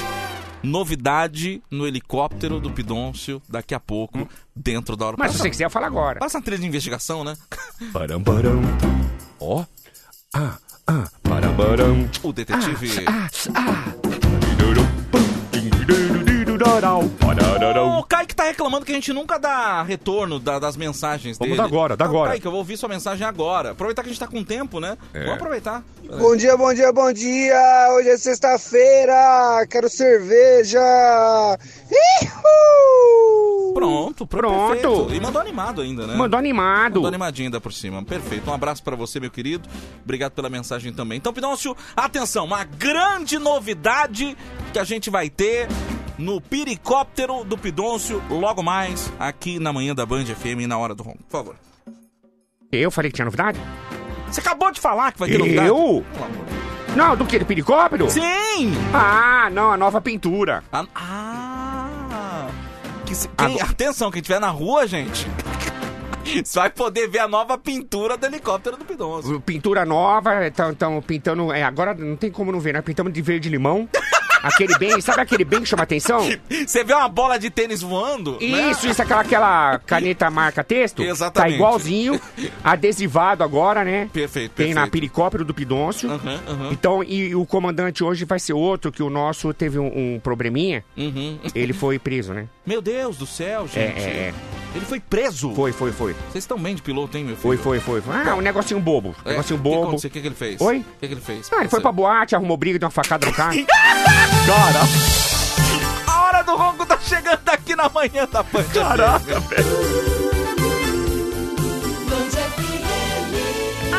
[SPEAKER 3] novidade no helicóptero do Pidoncio daqui a pouco, dentro da hora.
[SPEAKER 13] Hum. Mas se você quiser, eu falo agora.
[SPEAKER 3] Passa a trilha de investigação, né?
[SPEAKER 13] Param, param. Ó. Ah, ah, param, param.
[SPEAKER 3] O detetive.
[SPEAKER 13] Ah, ah. Parararau.
[SPEAKER 3] O Kaique tá reclamando que a gente nunca dá retorno da- das mensagens dele.
[SPEAKER 13] Vamos dar agora, dá
[SPEAKER 3] Então,
[SPEAKER 13] agora.
[SPEAKER 3] Kaique, eu vou ouvir sua mensagem agora. Aproveitar que a gente tá com tempo, né?
[SPEAKER 13] É.
[SPEAKER 3] Vamos aproveitar.
[SPEAKER 4] Bom dia, bom dia, bom dia! Hoje é sexta-feira, quero cerveja! Ihu!
[SPEAKER 3] Pronto,
[SPEAKER 4] Pronto.
[SPEAKER 3] perfeito. E mandou animado ainda, né?
[SPEAKER 4] Mandou
[SPEAKER 13] É. animado.
[SPEAKER 3] Mandou animadinho ainda por cima. Perfeito. Um abraço pra você, meu querido. Obrigado pela mensagem também. Então, Pidoncio, atenção, uma grande novidade que a gente vai ter no piricóptero do Pidoncio logo mais aqui na manhã da Band FM na hora do ronco. Por favor.
[SPEAKER 13] Eu falei que tinha novidade?
[SPEAKER 3] Você acabou de falar que vai ter novidade.
[SPEAKER 13] Eu? Não, do que? Do piricóptero?
[SPEAKER 3] Sim!
[SPEAKER 13] Ah, não, a nova pintura.
[SPEAKER 3] Ah! Que se- quem- atenção, quem estiver na rua, gente, você vai poder ver a nova pintura do helicóptero do Pidoncio.
[SPEAKER 13] Pintura nova, estão pintando. É, agora não tem como não ver, né? Pintamos de verde limão. aquele bem, sabe aquele bem que chama atenção?
[SPEAKER 3] Você vê uma bola de tênis voando? né?
[SPEAKER 13] Isso, isso, aquela, aquela caneta marca texto.
[SPEAKER 3] Exatamente.
[SPEAKER 13] Tá igualzinho, adesivado agora, né?
[SPEAKER 3] Perfeito,
[SPEAKER 13] Tem na
[SPEAKER 3] perfeito.
[SPEAKER 13] pericóptero do Pidôncio.
[SPEAKER 3] aham.
[SPEAKER 13] Então, e, o comandante hoje vai ser outro, que o nosso teve um, um probleminha.
[SPEAKER 3] Uhum.
[SPEAKER 13] Ele foi preso, né?
[SPEAKER 3] Meu Deus do céu, gente.
[SPEAKER 13] É, é, é.
[SPEAKER 3] Ele foi preso.
[SPEAKER 13] Foi, foi, foi.
[SPEAKER 3] Vocês estão bem de piloto, hein, meu filho?
[SPEAKER 13] Foi, foi, foi. Ah, um negocinho bobo.
[SPEAKER 3] É,
[SPEAKER 13] negocinho
[SPEAKER 3] que que
[SPEAKER 13] bobo.
[SPEAKER 3] aconteceu? O que, que ele fez?
[SPEAKER 13] Oi?
[SPEAKER 3] O que, que ele fez?
[SPEAKER 13] Ah, ele foi pra boate, arrumou briga, deu uma facada no carro.
[SPEAKER 3] Cara! A hora do ronco tá chegando aqui na manhã da Band. Caraca,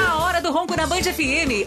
[SPEAKER 7] A hora do ronco na Band FM.